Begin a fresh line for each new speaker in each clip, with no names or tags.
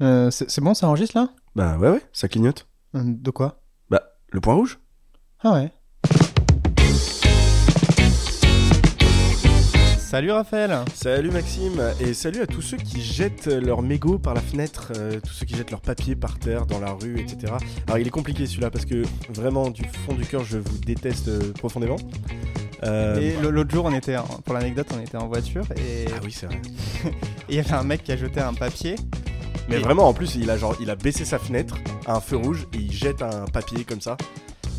Euh, c'est c'est bon, ça enregistre là
Bah ouais, ouais, ça clignote.
Euh, De quoi
Bah, le point rouge
Ah ouais. Salut Raphaël
Salut Maxime, et salut à tous ceux qui jettent leur mégot par la fenêtre, euh, tous ceux qui jettent leur papier par terre, dans la rue, etc. Alors il est compliqué celui-là, parce que vraiment, du fond du cœur, je vous déteste euh, profondément. Euh,
Et le- l'autre jour, on était, en- pour l'anecdote, on était en voiture et et
Ah oui, c'est vrai.
il y avait un mec qui a jeté un papier.
Mais
Et-
vraiment, en plus, il a, genre, il a baissé sa fenêtre à un feu rouge, et il jette un papier comme ça.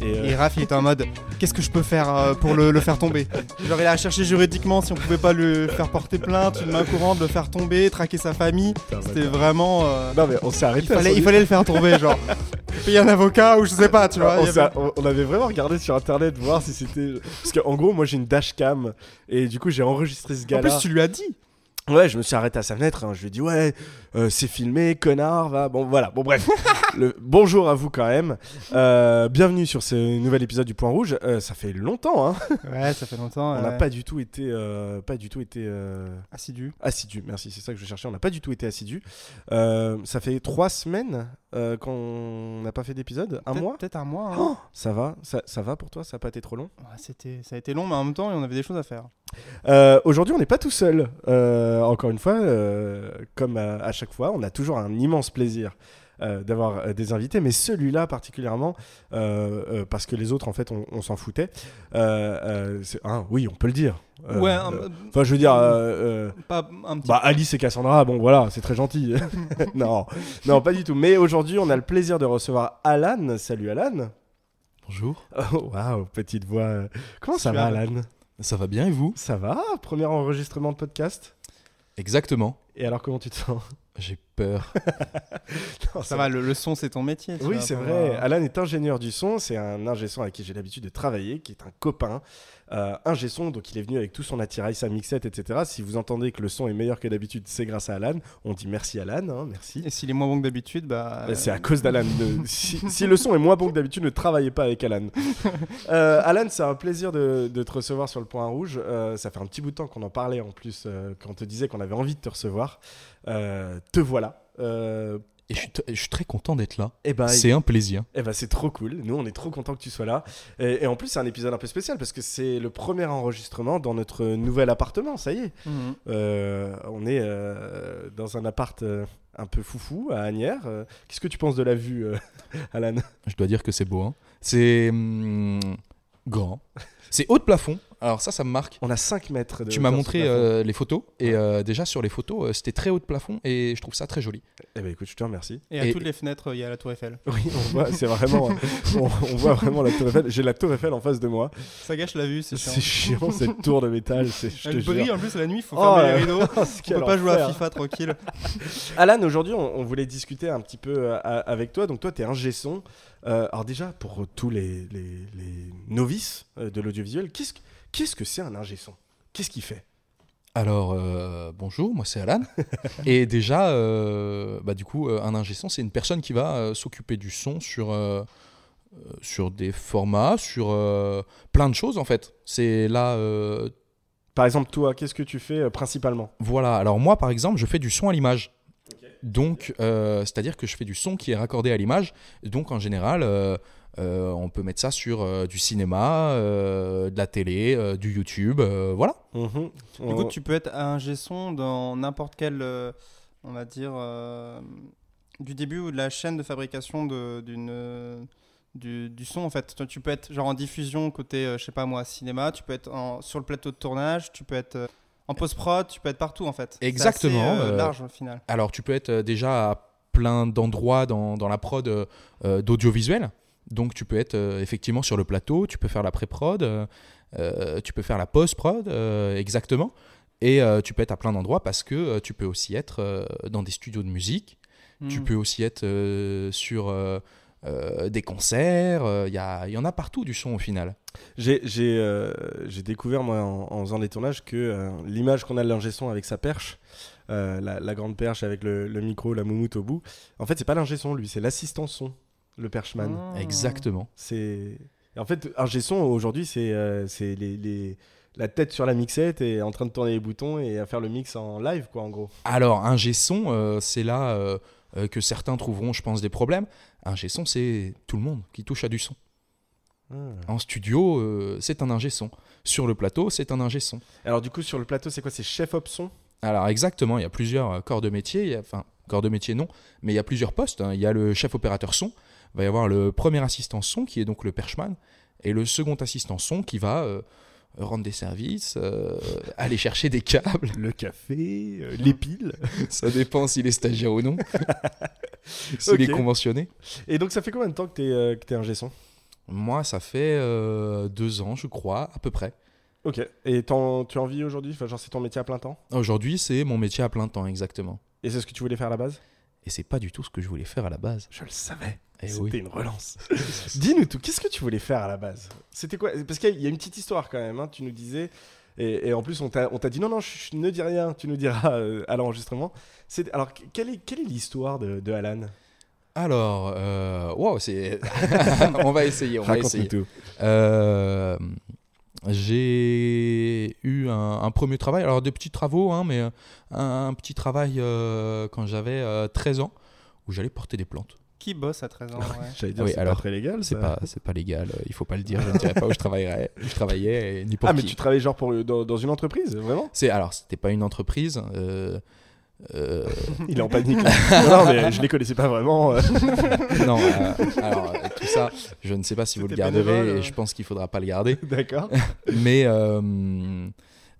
Et, euh,
Et Raph, il était en mode Qu'est-ce que je peux faire euh, pour le, le faire tomber Genre, il a cherché juridiquement si on pouvait pas le faire porter plainte, une main courante, le faire tomber, traquer sa famille.
putain,
C'était
voilà.
vraiment. euh,
Non mais Bah, on
il,
s'est arrêté à
fallait,
son-
il fallait le faire tomber, genre. Payer un avocat ou je sais pas, tu vois.
Bah, on,
il y avait-
s'a- on- on avait vraiment regardé sur internet voir si c'était parce qu'en gros moi j'ai une dashcam et du coup j'ai enregistré ce
En
gars-là.
plus, tu lui as dit.
Ouais, je me suis arrêté à sa fenêtre. hein. Je lui ai dit ouais, euh, c'est filmé, connard, va. Bon voilà, bon bref. Le- Bonjour à vous quand même. Euh, bienvenue sur ce nouvel épisode du Point Rouge. Euh, ça fait longtemps, hein.
Ouais, ça fait longtemps.
On n'a
ouais.
pas du tout été, euh, pas du tout été euh,
assidu.
assidu. Merci, c'est ça que je cherchais. On n'a pas du tout été assidu. Euh, ça fait trois semaines euh, qu'on n'a pas fait d'épisode. Un
Peut-être-
mois.
Peut-être un mois. hein.
Oh, ça va, ça, ça va pour toi. Ça n'a pas été trop long.
Ouais, c'était, ça a été long, mais en même temps, on avait des choses à faire.
Euh, Aujourd'hui, on n'est pas tout seul. Euh, encore une fois, euh, comme à, à chaque fois, on a toujours un immense plaisir euh, d'avoir euh, des invités, mais celui-là particulièrement, euh, euh, parce que les autres, en fait, on, on s'en foutait. Euh, euh, c'est- hein, oui, on peut le dire. Euh,
ouais, un-
euh, Enfin, je veux dire, euh, euh,
pas un petit.
bah, Alice et Cassandra, bon voilà, c'est très gentil. non, non, pas du tout. Mais aujourd'hui, on a le plaisir de recevoir Alan. Salut Alan.
Bonjour,
Oh, Waouh, petite voix. Comment ça va,
Suave.
Alan
ça va bien et vous
Ça va, premier enregistrement de podcast
Exactement.
Et alors, comment tu te sens
J'ai peur.
ça va, le, le son, c'est ton métier. tu
Oui,
vois,
c'est
pour,
vrai.
euh,
Alan est ingénieur du son. C'est un ingé son avec qui j'ai l'habitude de travailler, qui est un copain. Euh, ingé son, donc il est venu avec tout son attirail, sa mixette, etc. Si vous entendez que le son est meilleur que d'habitude, c'est grâce à Alan. On dit merci Alan, hein, merci.
Et s'il est moins bon que d'habitude, bah.
Euh, C'est à cause d'Alan. Ne- si, si le son est moins bon que d'habitude, ne travaillez pas avec Alan. Euh, Alan, c'est un plaisir de, de te recevoir sur le Point Rouge. Euh, ça fait un petit bout de temps qu'on en parlait en plus, euh, qu'on te disait qu'on avait envie de te recevoir. Euh, te voilà. Euh,
Et je suis, t- je suis très content d'être là.
eh ben,
C'est un plaisir.
Eh ben c'est trop cool, nous on est trop content que tu sois là. Et, et en plus c'est un épisode un peu spécial parce que c'est le premier enregistrement dans notre nouvel appartement, ça y est.
Mhm.
Euh, on est euh, dans un appart euh, un peu foufou à Agnières. Euh, Qu'est-ce que tu penses de la vue, euh, Alan
Je dois dire que c'est beau. hein. C'est hum, grand. C'est haut de plafond. Alors ça, ça me marque.
On a 5 mètres de...
Tu m'as
hauteur
montré
sur le plafond.
euh, les photos et euh, déjà sur les photos, euh, c'était très haut de plafond et je trouve ça très joli.
Eh ben écoute, je te remercie.
Et à
et-
toutes les fenêtres, euh, il y a la Tour Eiffel.
Oui, on voit, c'est vraiment... euh, on, on voit vraiment la tour Eiffel. J'ai la tour Eiffel en face de moi.
Ça gâche la vue, c'est chiant.
C'est chiant cette tour de métal, c'est- je te
Elle brille
jure.
en plus la nuit, faut
Oh,
fermer les
euh,
rideaux.
On
On peut pas jouer à FIFA tranquille.
Alan, aujourd'hui, on, on voulait discuter un petit peu euh, a- avec toi. Donc, toi, tu es ingé son. Euh, alors, déjà, pour tous les, les- les novices euh, de l'audiovisuel, qu'est-ce que- qu'est-ce que c'est un ingé son Qu'est-ce qu'il fait
Alors euh, bonjour, moi c'est Alan. et déjà, euh, bah, du coup, euh, un ingé son, c'est une personne qui va euh, s'occuper du son sur, euh, euh, sur des formats, sur euh, plein de choses en fait. C'est là euh,
Par exemple, toi, qu'est-ce que tu fais euh, principalement
Voilà, alors moi par exemple, je fais du son à l'image. Donc, euh, c'est-à-dire que je fais du son qui est raccordé à l'image. Donc, en général, euh, euh, on peut mettre ça sur euh, du cinéma, euh, de la télé, euh, du YouTube, euh, voilà.
Mhm.
Du
On-
coup, tu peux être un G-son dans n'importe quel, euh, on va dire, euh, du début ou de la chaîne de fabrication de- d'une euh, du, du son en fait. Toi, Tu peux être genre en diffusion côté, euh, je sais pas moi, cinéma. Tu peux être en- sur le plateau de tournage. Tu peux être euh, en post prod. Tu peux être partout en fait. C'est
Exactement,
assez, euh,
euh,
large au final.
Alors, tu peux être euh, déjà à plein d'endroits dans, dans la prod euh, euh, d'audiovisuel. Donc, tu peux être euh, effectivement sur le plateau, tu peux faire la pré-prod, euh, euh, tu peux faire la post-prod, euh, exactement. Et euh, tu peux être à plein d'endroits parce que euh, tu peux aussi être euh, dans des studios de musique. Tu
Mm.
peux aussi être euh, sur euh, euh, des concerts. euh, Il y, a- il y en a partout du son au final.
J'ai j'ai, euh, j'ai découvert, moi, en, en faisant des tournages, que euh, l'image qu'on a de l'ingé son avec sa perche, euh, la, la grande perche avec le, le micro, la moumoute au bout, en fait, c'est pas l'ingé son, lui, c'est l'assistant son, le perchman.
Ah.
Exactement.
C'est et en fait un son aujourd'hui c'est euh, c'est les, les- la tête sur la mixette et en train de tourner les boutons et à faire le mix en live quoi en gros.
Alors, un G-son, euh, c'est là euh, euh, que certains trouveront, je pense, des problèmes. Un G son, c'est tout le monde qui touche à du son.
Ah.
En studio, euh, c'est un ingé son. Sur le plateau, c'est un ingé son.
Alors du coup, sur le plateau, c'est quoi C'est chef op son
Alors exactement, il y a plusieurs euh, corps de métier, il y a- enfin corps de métier non, mais il y a plusieurs postes. hein. Il y a le chef opérateur son, il va y avoir le premier assistant son qui est donc le perchman, et le second assistant son qui va euh, rendre des services, euh, aller chercher des câbles.
Le café, euh, les piles.
Ça dépend s'il est stagiaire ou non, s'il est
Ok.
conventionné.
Et donc, ça fait combien de temps que t'es euh, que t'es ingé son
Moi, ça fait euh, deux ans, je crois, à peu près.
Ok. Et t'en- tu en vis aujourd'hui Enfin, genre, c'est ton métier à plein temps
Aujourd'hui, c'est mon métier à plein temps, exactement.
Et c'est ce que tu voulais faire à la base
Et c'est pas du tout ce que je voulais faire à la base.
Je le savais.
Eh
C'était
oui.
une relance. Dis-nous tout. Qu'est-ce que tu voulais faire à la base C'était quoi Parce qu'il y a- il y a une petite histoire quand même. hein. Tu nous disais. Et, et en plus, on t'a on t'a dit non, non, je ne dis rien. Tu nous diras euh, à l'enregistrement. C'est- Alors, que- quelle est quelle est l'histoire de, de Alan
Alors, euh, wow, c'est. on va essayer, on va
Raconte-nous
essayer.
tout.
Euh, j'ai eu un, un premier travail, alors des petits travaux, hein, mais euh, un, un petit travail euh, quand j'avais euh, 13 ans où j'allais porter des plantes.
Qui bosse à 13 ans ouais.
J'allais
Ah oui, alors,
très légal.
C'est
ça.
pas, c'est pas légal, euh, il faut pas le dire, je ne dirais pas où je travaillerais, où je travaillais et ni pour
Ah, mais
qui.
tu travailles genre pour, dans, dans une entreprise, vraiment
C'est alors, c'était pas une entreprise. euh, euh,
Il est en panique. là. non, non, mais je les connaissais pas vraiment. euh.
non, euh, alors euh, tout ça, je ne sais pas si vous le
C'était
garderez
bénévole,
et
euh.
je pense qu'il faudra pas le garder.
D'accord.
mais euh,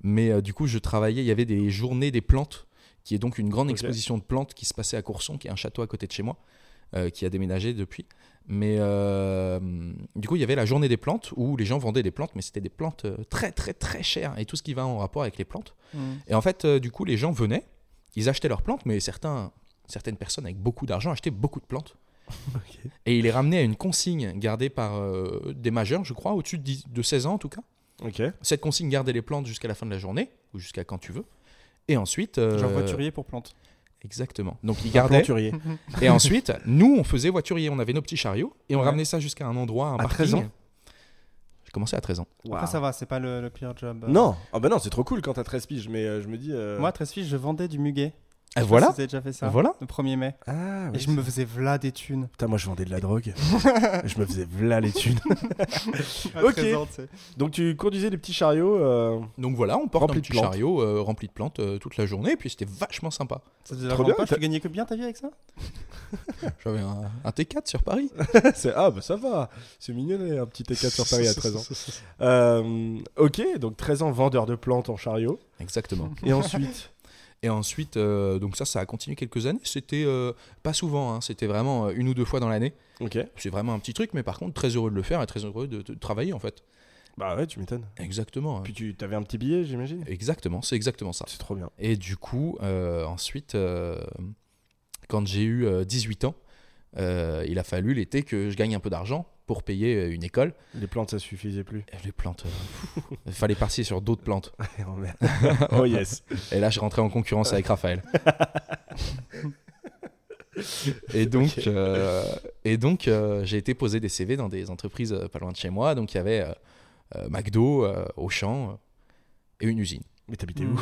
mais euh, du coup je travaillais il y avait des journées des plantes qui est donc une grande
Ok.
exposition de plantes qui se passait à Courson qui est un château à côté de chez moi euh, qui a déménagé depuis mais euh, du coup il y avait la journée des plantes où les gens vendaient des plantes mais c'était des plantes euh, très très très chères et tout ce qui va en rapport avec les plantes
Mm.
et en fait euh, du coup les gens venaient ils achetaient leurs plantes mais certains certaines personnes avec beaucoup d'argent achetaient beaucoup de plantes et ils les ramenaient à une consigne gardée par euh, des majeurs je crois au-dessus de, 10 de 16 ans en tout cas
Ok.
cette consigne, garder les plantes jusqu'à la fin de la journée, ou jusqu'à quand tu veux. Et ensuite. euh,
Genre voiturier pour plante.
Exactement. Donc ils
Un
gardaient.
Planturier.
Et ensuite, nous, on faisait voiturier. On avait nos petits chariots et on
Ouais.
ramenait ça jusqu'à un endroit, un
À 13
parking.
ans
J'ai commencé à 13 ans.
Après, ça va, c'est pas le, le pire job.
Non. Ah bah non, c'est trop cool quand t'as 13 piges, mais euh, je me dis. euh,
Moi, à 13 filles, je vendais du muguet.
Et
Je sais pas
voilà.
si Vous avez déjà fait ça
Voilà.
Le 1er mai. Et
Ah, oui.
je me faisais v'là des thunes.
Putain, moi je vendais de la drogue. je me faisais v'là les thunes.
À
Ok.
13 ans, tu sais.
Donc tu conduisais des petits chariots. euh,
Donc voilà, on porte
Rempli
un
de
petit
plantes.
chariot euh, rempli de plantes euh, toute la journée. Et puis c'était vachement sympa.
Ça faisait
Trop
vraiment
bien,
pas,
t'as-
tu gagnais que bien ta vie avec ça
J'avais un, un T4 sur Paris.
c'est- ah, bah ça va. C'est mignonné, un petit T4 sur Paris à 13 ans. Euh, ok, donc 13 ans, vendeur de plantes en chariot.
Exactement.
Et ensuite.
Et ensuite, euh, donc ça, ça a continué quelques années. C'était euh, pas souvent, hein. c'était vraiment euh, une ou deux fois dans l'année.
ok.
C'est vraiment un petit truc, mais par contre, très heureux de le faire et très heureux de- de travailler en fait.
Bah ouais, tu m'étonnes.
Exactement. hein.
Puis tu t'avais un petit billet, j'imagine.
Exactement, c'est exactement ça.
C'est trop bien.
Et du coup, euh, ensuite, euh, quand j'ai eu euh, 18 ans, euh, il a fallu l'été que je gagne un peu d'argent pour payer euh, une école.
Les plantes, ça suffisait plus.
Et les plantes, euh, pff, il fallait passer sur d'autres plantes.
oh merde. oh yes.
Et là, je rentrais en concurrence avec Raphaël. et donc,
Ok.
euh, et donc euh, j'ai été poser des CV dans des entreprises euh, pas loin de chez moi. Donc, il y avait euh, euh, McDo, euh, Auchan euh, et une usine.
Mais t'habitais
Mm.
où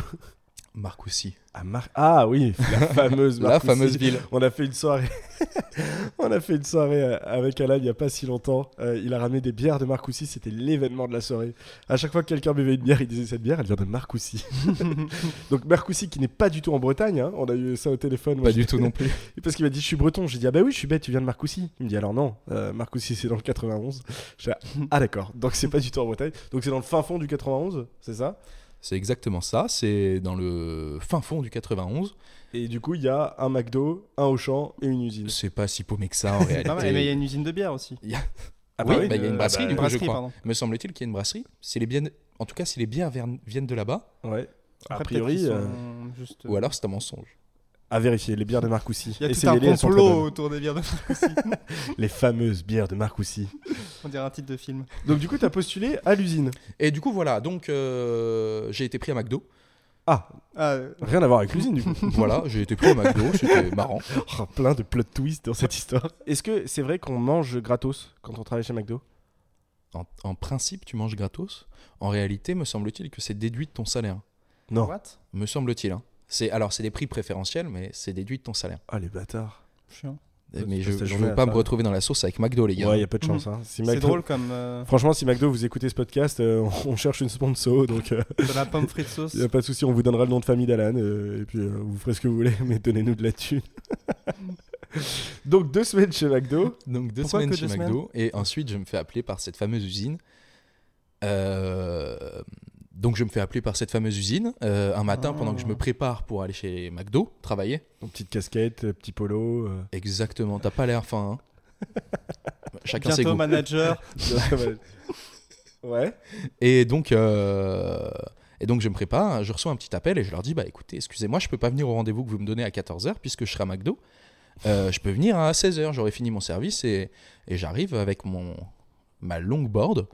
Marcoussis.
à Mar- Ah oui, la fameuse
La
Marcoussis.
fameuse ville.
On a fait une soirée. on a fait une soirée euh, avec Alain il y a pas si longtemps. Euh, il a ramené des bières de Marcoussis, c'était l'événement de la soirée. À chaque fois que quelqu'un buvait une bière, il disait cette bière, elle vient de Marcoussis. Donc Marcoussis qui n'est pas du tout en Bretagne, hein. on a eu ça au téléphone. Moi,
Pas
je-
du tout non plus.
Parce qu'il m'a dit je suis breton. J'ai dit ah bah oui, je suis bête, tu viens de Marcoussis. Il me dit alors non, euh, Marcoussis c'est dans le 91. J'ai dit, ah d'accord. Donc c'est pas du tout en Bretagne. Donc c'est dans le fin fond du 91, c'est ça
C'est exactement ça, c'est dans le fin fond du 91.
Et du coup, il y a un McDo, un Auchan et une usine.
C'est pas si paumé que ça en
Pas mal. Et Mais il y a
réalité.
une usine de bière aussi.
Ah
Eh, oui,
bah oui,
bah, il y a
euh,
une brasserie,
bah,
du coup, je
brasserie,
crois.
pardon.
Me semble-t-il qu'il y a une brasserie. C'est les biens... En tout cas, si les biens viennent- viennent de là-bas,
Ouais. A
Après,
priori,
peut-être qu'ils
euh,
sont juste-
ou alors c'est un mensonge.
à vérifier, les bières de Marcoussis.
Il y a tout un
Essayez-les, elles sont très
complot
bonnes.
autour des bières de Marcoussis.
Les fameuses bières de Marcoussis.
On dirait un titre de film.
Donc du coup, t'as postulé à l'usine.
Et du coup, voilà, donc euh, j'ai été pris à McDo.
Ah,
Ah, euh,
rien à voir avec l'usine du coup.
voilà, j'ai été pris à McDo, c'était marrant.
Oh, plein de plot twists dans cette histoire. Est-ce que c'est vrai qu'on mange gratos quand on travaille chez McDo
En, en principe, tu manges gratos. En réalité, me semble-t-il que c'est déduit de ton salaire.
Non.
what
Me semble-t-il. hein. C'est, alors, c'est des prix préférentiels, mais c'est déduit de ton salaire.
Ah les bâtards.
Chiant.
Ouais,
mais
tu
je
passes ta
ne
journée
veux
à
pas
ça.
me retrouver dans la sauce avec McDo, les gars.
Ouais, il y a peu de chance. hein. Si
C'est
McDo-
drôle comme euh,
Franchement, si McDo vous écoutez ce podcast, euh, on cherche une sponsor, donc euh,
de la pomme frite sauce.
il n'y a pas de souci, on vous donnera le nom de famille d'Alan, euh, et puis euh, vous ferez ce que vous voulez, mais donnez-nous de la thune. donc deux semaines chez McDo.
Donc deux
Pourquoi
semaines
que
chez
deux
McDo et ensuite je me fais appeler par cette fameuse usine. Euh, donc je me fais appeler par cette fameuse usine euh, un matin
Ah.
pendant que je me prépare pour aller chez McDo travailler.
Petite casquette, euh, petit polo. euh,
Exactement, t'as pas l'air fin. hein. Chacun ses
Bientôt
goûts.
manager.
ouais.
Et donc euh, et donc je me prépare, je reçois un petit appel et je leur dis bah écoutez, excusez-moi, je peux pas venir au rendez-vous que vous me donnez à 14h puisque je serai à McDo. Euh, je peux venir à 16h, j'aurai fini mon service et, et j'arrive avec mon ma longboard.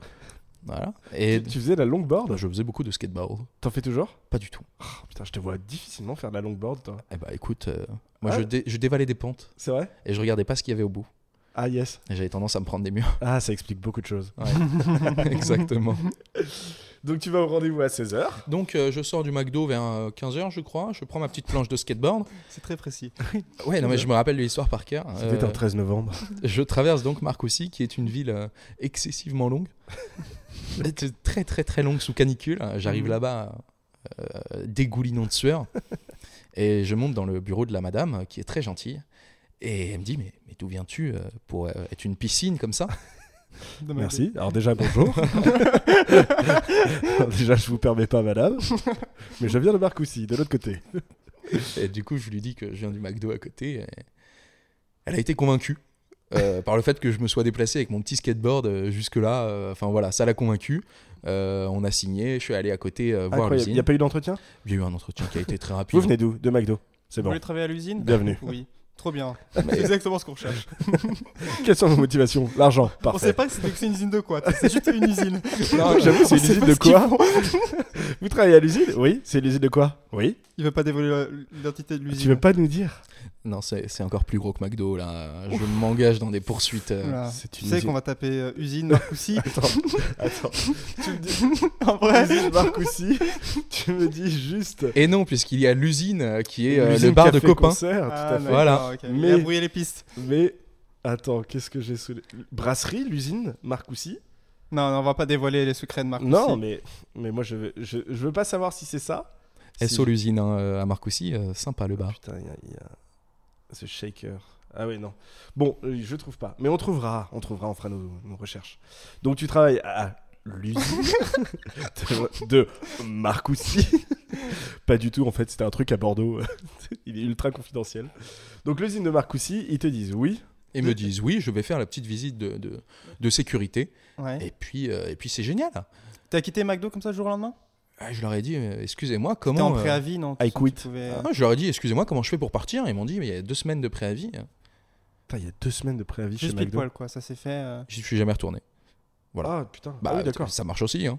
Voilà. Et
Tu, tu faisais la
Bah,
longboard
je faisais beaucoup de skateboard.
T'en fais toujours
Pas du tout.
Oh, Putain, je te vois difficilement faire de la longboard, toi.
Eh bah écoute, euh, moi
Ah.
je, dé- je dévalais des pentes
C'est vrai
et je regardais pas ce qu'il y avait au bout.
Ah, yes.
Et J'avais tendance à me prendre des murs.
Ah, ça explique beaucoup de choses.
Exactement.
Donc tu vas au rendez-vous à 16h.
Donc euh, je sors du McDo vers 15h je crois, je prends ma petite planche de skateboard.
C'est très précis.
Ouais, non mais je me rappelle de l'histoire par cœur.
C'était
Euh,
un 13 novembre.
Je traverse donc Marcoussis, qui est une ville euh, excessivement longue, T- très très très longue sous canicule. hein. J'arrive
Mhm.
là-bas euh, dégoulinant de sueur et je monte dans le bureau de la madame euh, qui est très gentille et elle me dit mais, mais d'où viens-tu euh, pour euh, être une piscine comme ça
De ma-
Merci. Alors déjà, bonjour. Alors déjà, je vous permets pas, madame. Mais je viens de Marcoussis, de l'autre côté.
Et du coup je lui dis que je viens du McDo à côté. et Elle a été convaincue. euh, par le fait que je me sois déplacé avec mon petit skateboard euh, jusque-là, Euh, enfin voilà, ça l'a convaincu. Euh, on a signé, je suis allé à côté euh, voir
Incroyable. Il
l'usine.
n'y a pas eu d'entretien
Il y a eu un entretien qui a été très rapide.
Vous venez d'où De McDo. C'est
Vous
bon.
voulez travailler à l'usine
Bienvenue.
Oui. Trop bien. C'est
Ah, Mais-
exactement ce qu'on recherche.
Quelles sont vos motivations L'argent.
On sait
Parfait.
pas si c'est une usine de quoi. C'est juste une usine.
Non, J'avoue, c'est
On sait
l'usine
pas
de
ce qu'ils
quoi Vous travaillez à l'usine Oui. C'est l'usine de quoi Oui.
Il veut pas dévoiler la- l'identité de
Tu veux
l'usine.
pas nous dire
Non, c'est c'est encore plus gros que McDo là. Je m'engage dans des poursuites. euh,
Voilà.
C'est
Tu
une
sais
usine.
qu'on va taper euh, usine Marcoussis.
Attends, attends. tu me dis
en vrai.
usine Marcoussis, tu me dis juste
Et non, puisqu'il y a l'usine euh, qui est euh,
l'usine
le bar
café
de copains.
concert, tout à
Ah,
fait.
d'accord,
Voilà.
ok.
Mais-
Il a brouillé les pistes.
Mais attends, qu'est-ce que j'ai sous les... Brasserie, l'usine, Marcoussis
Non, non, on va pas dévoiler les secrets de Marcoussis.
Non, mais, mais moi je veux, je, je veux pas savoir si c'est ça. Si-
SO l'usine hein, euh, à Marcoussis, euh, sympa le bar.
Putain, il y a, il y a ce shaker. Ah oui, non. Bon, euh, je trouve pas. Mais on trouvera, on trouvera, on fera nos, nos recherches. Donc tu travailles à l'usine de- de Marcoussis. pas du tout, en fait, c'était un truc à Bordeaux. il est ultra confidentiel. Donc l'usine de Marcoussis, ils te disent oui.
Et me disent oui, je vais faire la petite visite de, de, de sécurité.
Ouais.
Et puis, euh, et puis c'est génial.
T'as quitté McDo comme ça du jour au lendemain
Ah, je leur ai dit, euh, excusez-moi,
T'es en
comment. euh,
préavis, non
I
Tu- tu
quit.
pouvais-
ah, je leur ai dit, excusez-moi, comment je fais pour partir Ils m'ont dit, mais il y a deux semaines de préavis.
Putain, il y a deux semaines de préavis chez
Juste pile
McDo.
poil, quoi. Ça s'est fait. euh,
J'y suis jamais retourné. voilà.
Ah putain,
Bah,
Ah oui, d'accord.
ça marche aussi. Hein.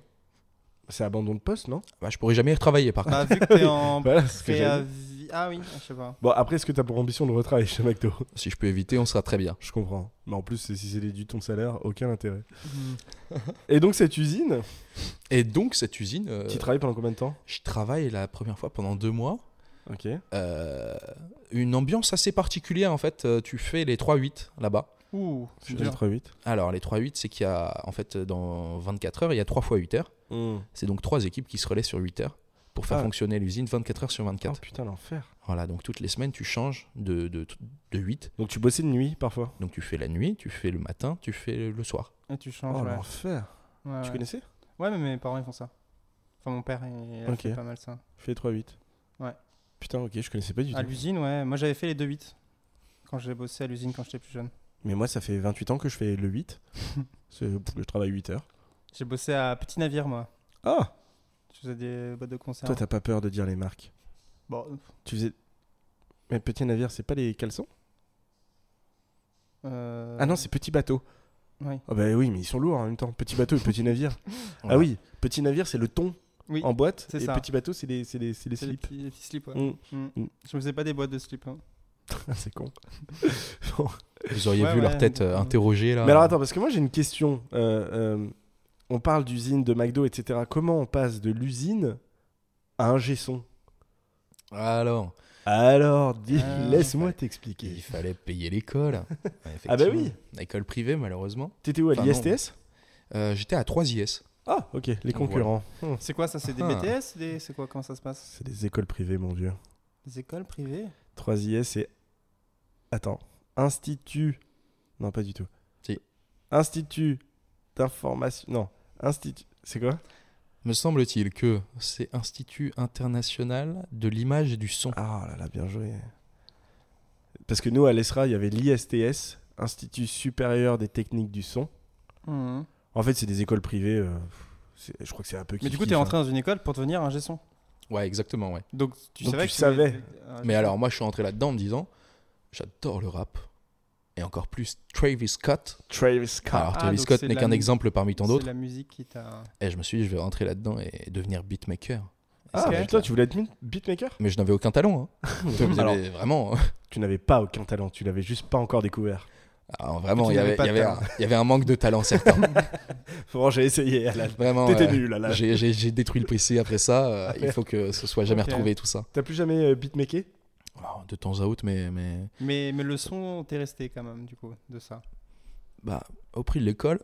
C'est abandon de poste, non
Bah, je pourrais jamais y retravailler
Ah
par contre.
Bah, vu que t'es en
Voilà ce que j'allais dire.
préavis. Ah oui, je sais pas.
Bon, après, est-ce que t'as pour ambition de retravailler chez McDo
Si je peux éviter, on sera très bien.
Je comprends. Mais en plus, si c'est du ton salaire, aucun intérêt.
Hmm.
Et donc, cette usine,
Et donc, cette usine, euh,
tu y travailles pendant combien de temps
je travaille la première fois pendant deux mois.
Ok.
Euh, une ambiance assez particulière en fait. Euh, tu fais les 3-8 là-bas.
Ouh, c'est dur.
8.
Alors les 3-8, c'est qu'il y a en fait dans 24 heures, il y a 3 fois 8 heures.
Mmh.
C'est donc trois équipes qui se relaient sur 8 heures pour faire
Ah.
fonctionner l'usine 24 heures sur
Oh
24.
putain, l'enfer.
Voilà, donc toutes les semaines tu changes de, de, de 8.
Donc, tu bossais de nuit parfois
Donc tu fais la nuit, tu fais le matin, tu fais le soir.
Et tu
Oh,
changes, ouais.
l'enfer.
Ouais,
Tu
ouais.
connaissais
Ouais, mais mes parents ils font ça. Enfin, mon père il a
Ok.
fait pas mal ça.
Je fais 3-8.
Ouais.
Putain, ok, je connaissais pas du
À
tout.
l'usine, ouais. Moi j'avais fait les 2-8 quand j'ai bossé à l'usine quand j'étais plus jeune.
Mais moi, ça fait 28 ans que je fais le 8. C'est- Je travaille 8 heures.
J'ai bossé à Petit Navire, moi.
Ah
Je faisais des boîtes de conserve.
Toi, t'as pas peur de dire les marques.
Bon,
Tu faisais. Mais petit navire, c'est pas les caleçons
euh,
Ah non, c'est petit bateau.
Oui.
Ah bah oui, mais ils sont lourds en même temps. Petit bateau et petit navire. Ah
Voilà.
oui, petit navire, c'est le thon
Oui,
en boîte.
c'est
et
ça.
petit bateau, c'est les, c'est les, c'est les
c'est les
slips.
petits, les petits slips, ouais.
Mm.
Mm.
Mm.
Je me faisais pas des boîtes de slips. hein.
Ah, c'est con. Bon.
Vous auriez
Ouais,
vu leur
ouais,
tête euh,
donc, euh,
interrogée là.
Mais alors attends, parce que moi j'ai une question. Euh, euh, on parle d'usine, de McDo, etc. Comment on passe de l'usine à un gesson
Alors,
Alors, dis,
Ah,
laisse-moi t'expliquer.
Il fallait payer l'école. Ouais,
Ah bah oui.
effectivement. L'école privée, malheureusement.
T'étais où à
Enfin, non.
l'ISTS
Euh, J'étais à 3 IS.
Ah, ok, les
Voilà.
concurrents. Hmm.
C'est quoi ça C'est des
Ah.
BTS des- C'est quoi Comment ça se passe
C'est des écoles privées, mon Dieu.
Des écoles privées
3 IS et. Attends. Institut. Non, pas du tout.
Si.
Institut d'information. Non. Institut. C'est quoi
Me semble-t-il que c'est Institut international de l'image et du son.
Ah là là, bien joué. Parce que nous, à l'ESRA, il y avait l'ISTS, Institut supérieur des techniques du son.
Mhm.
En fait, c'est des écoles privées. euh, c'est- je crois que c'est un peu.
Mais du coup,
kiff-kiff,
t'es
hein.
rentré dans une école pour devenir un gesson.
Ouais, exactement, ouais.
Donc tu
Donc,
savais
tu
que voulais-
savais.
Ah,
Mais
je-
alors, moi, je suis entré là-dedans en me disant j'adore le rap. Et encore plus Travis Scott.
hein. Travis Scott.
Alors,
Ah,
Travis
donc
Scott
c'est
n'est
la
qu'un
mu-
exemple parmi tant
C'est
d'autres.
la musique qui t'a.
Et je me suis dit, je vais rentrer là-dedans et devenir beatmaker. Et
Ah,
ça va
ok.
être
putain,
là.
tu voulais être beat- beatmaker
Mais je n'avais aucun talent. hein. Vous
Alors-
avez vraiment. hein.
Tu n'avais pas aucun talent, tu l'avais juste pas encore découvert.
Alors, vraiment,
Tu
il y
n'avais
avait,
pas
il y
de
avait un,
talent.
il y avait un manque de talent certain.
Bon, j'ai essayé, Alan.
Vraiment.
T'étais
euh,
nul, Alan.
J'ai j'ai- j'ai détruit le PC après ça. euh, il faut que ce soit jamais
Ok.
retrouvé tout ça.
T'as plus jamais euh, beatmaké
Alors, de temps à autre, mais, mais
Mais, mais le son, t'es resté quand même, du coup, de ça.
bah, au prix de l'école.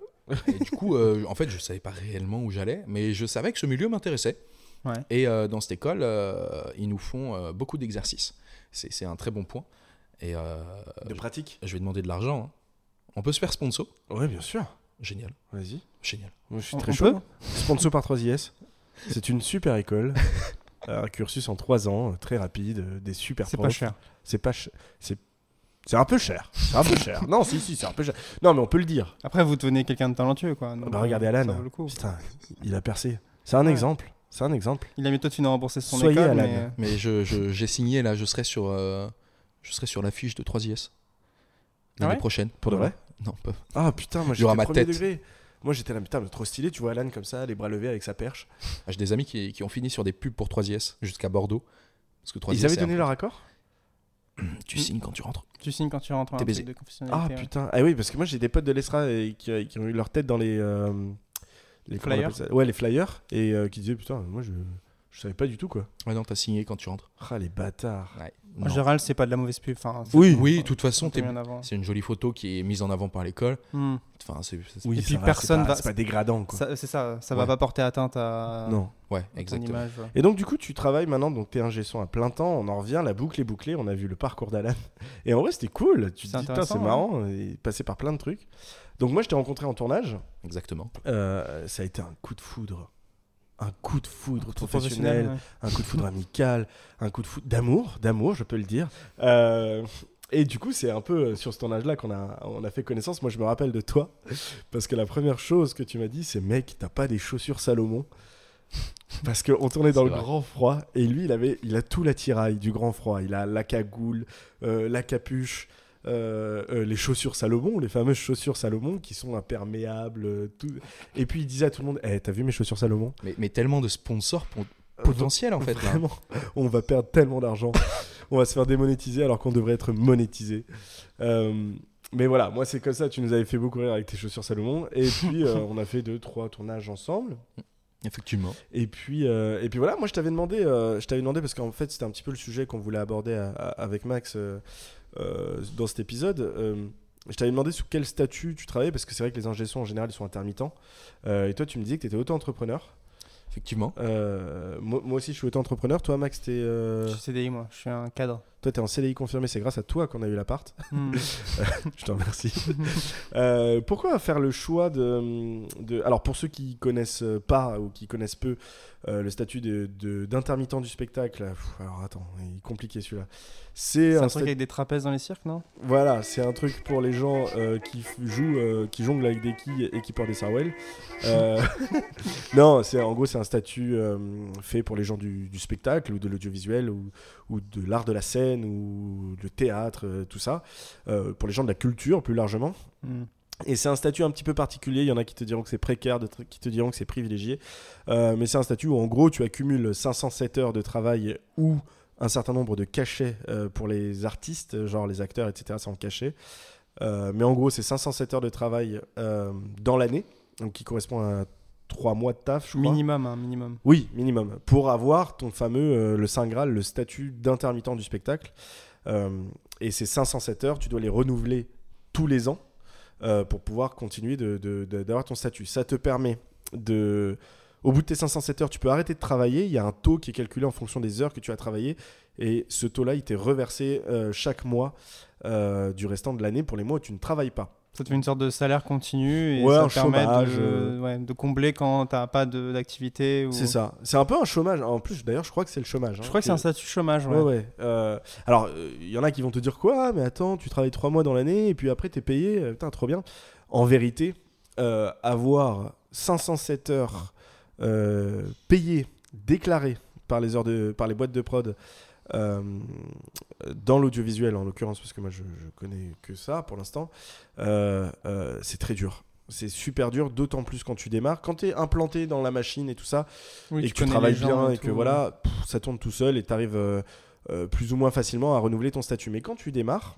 Et du coup, euh, en fait, je savais pas réellement où j'allais, mais je savais que ce milieu m'intéressait.
Ouais.
Et euh, dans cette école, euh, ils nous font euh, beaucoup d'exercices. C'est c'est un très bon point. Et euh,
pratique
je vais demander de l'argent. hein. On peut se faire sponsor
Ouais, bien sûr.
Génial,
Vas-y.
génial.
Moi, je suis
On-
très
on
chaud.
peut
hein. Sponsor par 3IS. C'est une super école. un cursus en 3 ans, euh, très rapide, euh, des super
C'est pas
profs.
cher.
C'est pas ch- C'est c'est un peu cher. C'est un peu cher. Non, si, si, c'est un peu cher. Non, mais on peut le dire.
Après, vous devenez quelqu'un de talentueux, quoi. Donc,
Bah, regardez
euh,
Alan.
ça vaut le coup.
Putain, il a percé. C'est un
Ouais.
exemple. C'est un exemple.
Il a mis tout de suite à rembourser son
Soyez
école,
Alan.
mais
Mais je- je- j'ai signé là, je serai sur, euh, je serai sur l'affiche de 3IS
Ah
l'année
ouais
prochaine.
Pour de
Voilà.
vrai
Non, pas.
Ah putain, moi
Il y aura
j'étais
ma
premier
tête.
degré. Moi j'étais là, putain, mais trop stylé, tu vois Alan comme ça, les bras levés avec sa perche.
Ah, J'ai des amis qui, qui ont fini sur des pubs pour 3IS jusqu'à Bordeaux. Parce que 3IS,
Ils avaient
c'est un-
donné leur accord
tu signes quand tu rentres.
tu signes quand tu rentres en
T'es baisé.
de hein.
Ah
confessionnalité. ouais.
putain. Ah oui, parce que moi j'ai des potes de l'ESRA et qui, qui ont eu leur tête dans les. euh, les comment on
Flyers.
appelle ça Ouais, les flyers. Et euh, qui disaient, putain, moi je, je savais pas du tout quoi.
Ouais, non, t'as signé quand tu rentres.
Ah les bâtards.
Ouais.
En
Non.
général, c'est pas de la mauvaise pub. Enfin, c'est-
Oui.
Oui, de toute façon,
t'es
t'es-
mis en avant.
c'est une jolie photo qui est mise en avant par l'école.
Hmm.
Enfin, c'est. c'est-
Oui,
Et
ça
puis
va,
personne
c'est pas,
va-
C'est pas dégradant quoi.
Ça- C'est ça, ça
Ouais.
va pas porter atteinte à, à
Non.
Ouais,
ton
exactement.
image. ouais.
Et donc du coup, tu travailles maintenant, donc t'es ingé son à plein temps. On en revient, la boucle est bouclée. On a vu le parcours d'Alan. Et en vrai, c'était cool. Tu te
C'est
dis, putain,
intéressant,
c'est
ouais.
marrant. Il est passé par plein de trucs. Donc moi, je t'ai rencontré en tournage.
Exactement.
Euh, ça a été un coup de foudre. Un coup de foudre
Professionnel.
professionnel,
ouais.
un coup de foudre amical, un coup de foudre d'amour, d'amour, je peux le dire. Euh, et du coup, c'est un peu euh, sur ce tournage-là qu'on a, on a fait connaissance. Moi, je me rappelle de toi, parce que la première chose que tu m'as dit, c'est mec, t'as pas des chaussures Salomon. Parce qu'on tournait dans
C'est
le
vrai.
grand froid, et lui, il, avait, il a tout l'attirail du grand froid. Il a la cagoule, euh, la capuche. euh, euh, les chaussures Salomon, les fameuses chaussures Salomon qui sont imperméables. euh, tout... Et puis il disait à tout le monde Eh, T'as vu mes chaussures Salomon
Mais, mais tellement de sponsors pour-
Euh,
potentiels, en fait. là.
Vraiment, on va perdre tellement d'argent. on va se faire démonétiser alors qu'on devrait être monétisé. Euh, mais voilà, moi c'est comme ça, tu nous avais fait beaucoup rire avec tes chaussures Salomon. Et puis euh, on a fait deux, trois tournages ensemble.
Effectivement.
Et puis, euh, et puis voilà, moi je t'avais demandé, euh, je t'avais demandé parce qu'en fait c'était un petit peu le sujet qu'on voulait aborder à- à- avec Max euh, euh, dans cet épisode. Euh, je t'avais demandé sous quel statut tu travaillais parce que c'est vrai que les ingé en général ils sont intermittents. Euh, et toi tu me disais que tu étais auto-entrepreneur.
Effectivement.
Euh, moi, moi aussi, je suis auto-entrepreneur. Toi, Max, t'es, euh,
Je suis CDI, moi, je suis un cadre.
toi, t'es en CDI confirmé. C'est grâce à toi qu'on a eu l'appart.
Hmm.
je te remercie. Euh, pourquoi faire le choix de, de- Alors, pour ceux qui connaissent pas ou qui connaissent peu euh, le statut de- de- d'intermittent du spectacle, pff, alors attends, il est compliqué celui-là. C'est
C'est
un,
un truc
statut-
avec des trapèzes dans les cirques, non
Voilà, c'est un truc pour les gens euh, qui f- jouent, euh, qui jonglent avec des quilles et qui portent des sarouels. Euh, non, c'est en gros c'est un statut euh, fait pour les gens du, du spectacle ou de l'audiovisuel ou, ou de l'art de la scène ou le théâtre, euh, tout ça, Euh, pour les gens de la culture plus largement.
Hmm.
Et c'est un statut un petit peu particulier. Il y en a qui te diront que c'est précaire, d'autres qui te diront que c'est privilégié. Euh, mais c'est un statut où, en gros, tu accumules 507 heures de travail ou un certain nombre de cachets euh, pour les artistes, genre les acteurs, etc., sans cachet. Euh, mais en gros, c'est 507 heures de travail euh, dans l'année, donc qui correspond à trois mois de taf, je crois.
Minimum, hein, minimum.
Oui, minimum. Pour avoir ton fameux, euh, le Saint Graal, le statut d'intermittent du spectacle. Euh, et ces 507 heures, tu dois les renouveler tous les ans euh, pour pouvoir continuer de- de- de- d'avoir ton statut. Ça te permet de. Au bout de tes 507 heures, tu peux arrêter de travailler. Il y a un taux qui est calculé en fonction des heures que tu as travaillé. Et ce taux-là, il t'est reversé euh, chaque mois euh, du restant de l'année pour les mois où tu ne travailles pas.
Ça te fait une sorte de salaire continu et
Ouais,
ça
un
te permet
chômage,
de,
euh.
ouais, de combler quand t'as pas de- d'activité. Ou...
C'est ça. C'est un peu un chômage. En plus, d'ailleurs, je crois que c'est le chômage.
Mmh. Je
hein,
crois que c'est
qui-
un statut chômage.
Ouais, ouais. Euh, alors, il y en a qui vont te dire quoi Ah, Mais attends, tu travailles trois mois dans l'année et puis après, t'es payé. euh, Putain, trop bien. En vérité, euh, avoir 507 heures euh, payées, déclarées par les, heures de, par les boîtes de prod euh, dans l'audiovisuel, en l'occurrence, parce que moi, je, je connais que ça pour l'instant, euh, euh, c'est très dur. C'est super dur, d'autant plus quand tu démarres. Quand tu es implanté dans la machine et tout ça,
Oui,
et que tu
connais
travailles
les gens
bien et, que
tout.
voilà, pff, ça tourne tout seul et tu arrives plus ou moins facilement à renouveler ton statut. Mais quand tu démarres,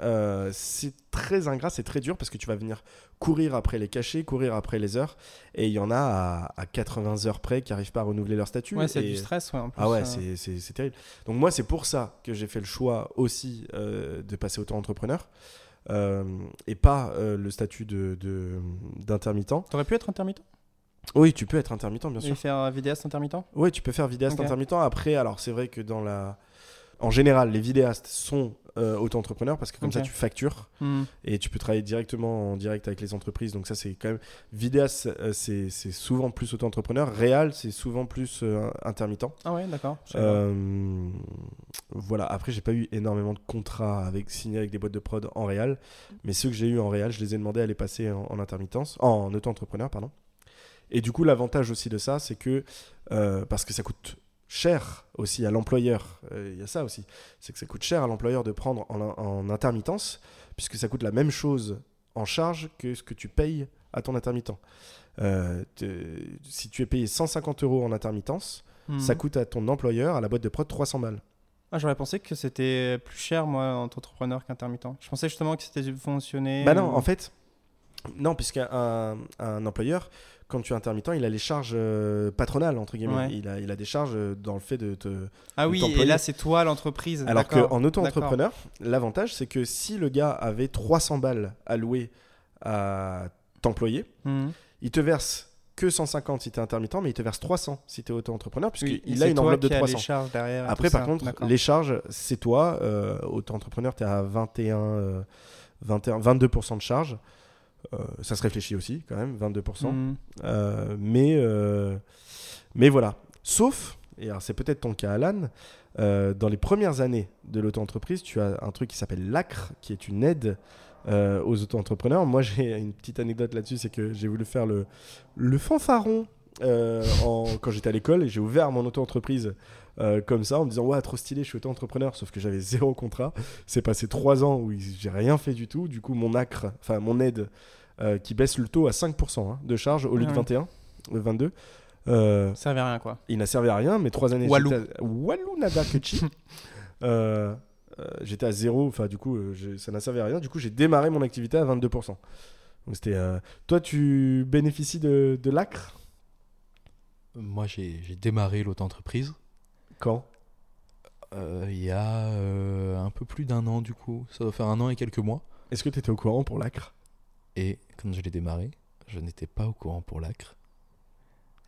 euh, c'est très ingrat, c'est très dur parce que tu vas venir courir après les cachets, courir après les heures. Et il y en a à, à 80 heures près qui n'arrivent pas à renouveler leur statut.
Ouais, c'est
et-
du stress. Ouais, en plus,
ah ouais,
euh,
c'est- c'est c'est terrible. Donc moi, c'est pour ça que j'ai fait le choix aussi euh, de passer auto-entrepreneur euh, et pas euh, le statut de- de- d'intermittent.
T'aurais pu être intermittent
oui, tu peux être intermittent, bien sûr.
et faire euh, vidéaste intermittent
Oui, tu peux faire vidéaste
Ok.
intermittent. Après, alors c'est vrai que dans la. En général, les vidéastes sont euh, auto-entrepreneurs parce que comme ça,
Ok.
tu factures
Hmm.
et tu peux travailler directement en direct avec les entreprises. Donc, ça, c'est quand même. Vidéaste, euh, c'est c'est souvent plus auto-entrepreneur. Réal, c'est souvent plus euh, intermittent.
Ah ouais, d'accord. je savais pas.
Euh, voilà, après, j'ai pas eu énormément de contrats avec, signés avec des boîtes de prod en réal, mais ceux que j'ai eu en réal, je les ai demandé à les passer en, en intermittence, en auto-entrepreneur, pardon. Et du coup, l'avantage aussi de ça, c'est que, euh, parce que ça coûte cher aussi à l'employeur, euh, il y a ça aussi, c'est que ça coûte cher à l'employeur de prendre en, en intermittence, puisque ça coûte la même chose en charge que ce que tu payes à ton intermittent. Euh, te- si tu es payé 150 euros en intermittence,
Hmm.
ça coûte à ton employeur, à la boîte de prod, 300 balles.
Ah, J'aurais pensé que c'était plus cher, moi, entre entrepreneur qu'intermittent. Je pensais justement que c'était subventionné.
bah non,
ou-
en fait, non, puisqu'un un, un employeur, quand tu es intermittent, il a les charges euh, patronales, entre guillemets.
Ouais.
Il, a, il a des charges euh, dans le fait de te.
Ah
de
oui, et
t'employer.
là, c'est toi l'entreprise.
Alors
d'accord.
qu'en auto-entrepreneur, l'avantage, c'est que si le gars avait 300 balles allouées à t'employer,
Hmm.
il te verse que 150 si tu es intermittent, mais il te verse 300 si tu es auto-entrepreneur,
Oui,
puisqu'il
et
a
c'est
une
toi
enveloppe de
qui as
300.
les charges derrière. et
Après,
tout
par
ça.
contre,
D'accord.
les charges, c'est toi. euh, auto-entrepreneur, tu es à 21, euh, 21, 22% de charge. Euh, ça se réfléchit aussi, quand même, 22%.
Hmm.
Euh, mais, euh, mais voilà. Sauf, et alors c'est peut-être ton cas, Alan, euh, dans les premières années de l'auto-entreprise, tu as un truc qui s'appelle l'ACRE, qui est une aide euh, aux auto-entrepreneurs. Moi, j'ai une petite anecdote là-dessus, c'est que j'ai voulu faire le, le fanfaron. euh, en- quand j'étais à l'école et j'ai ouvert mon auto-entreprise euh, comme ça en me disant ouais trop stylé je suis auto-entrepreneur sauf que j'avais zéro contrat c'est passé trois ans où j'ai rien fait du tout du coup mon acre enfin mon aide euh, qui baisse le taux à 5% hein, de charge au lieu
Ah oui.
de 21, euh, 22. Euh,
Ça servait à rien, quoi.
il n'a servi à rien, mais trois années.
Walou.
j'étais à- Walou Nada Kechi. Euh, euh, j'étais à zéro, enfin du coup, euh, j'ai- ça n'a servi à rien. Du coup, j'ai démarré mon activité à 22%. Donc c'était. euh, Toi, tu bénéficies de, de l'acre
Euh, Moi, j'ai j'ai démarré l'auto-entreprise
Quand
euh, il y a euh, un peu plus d'un an, du coup. Ça doit faire un an et quelques mois.
Est-ce que tu étais au courant pour l'acre
Et quand je l'ai démarré, je n'étais pas au courant pour l'acre.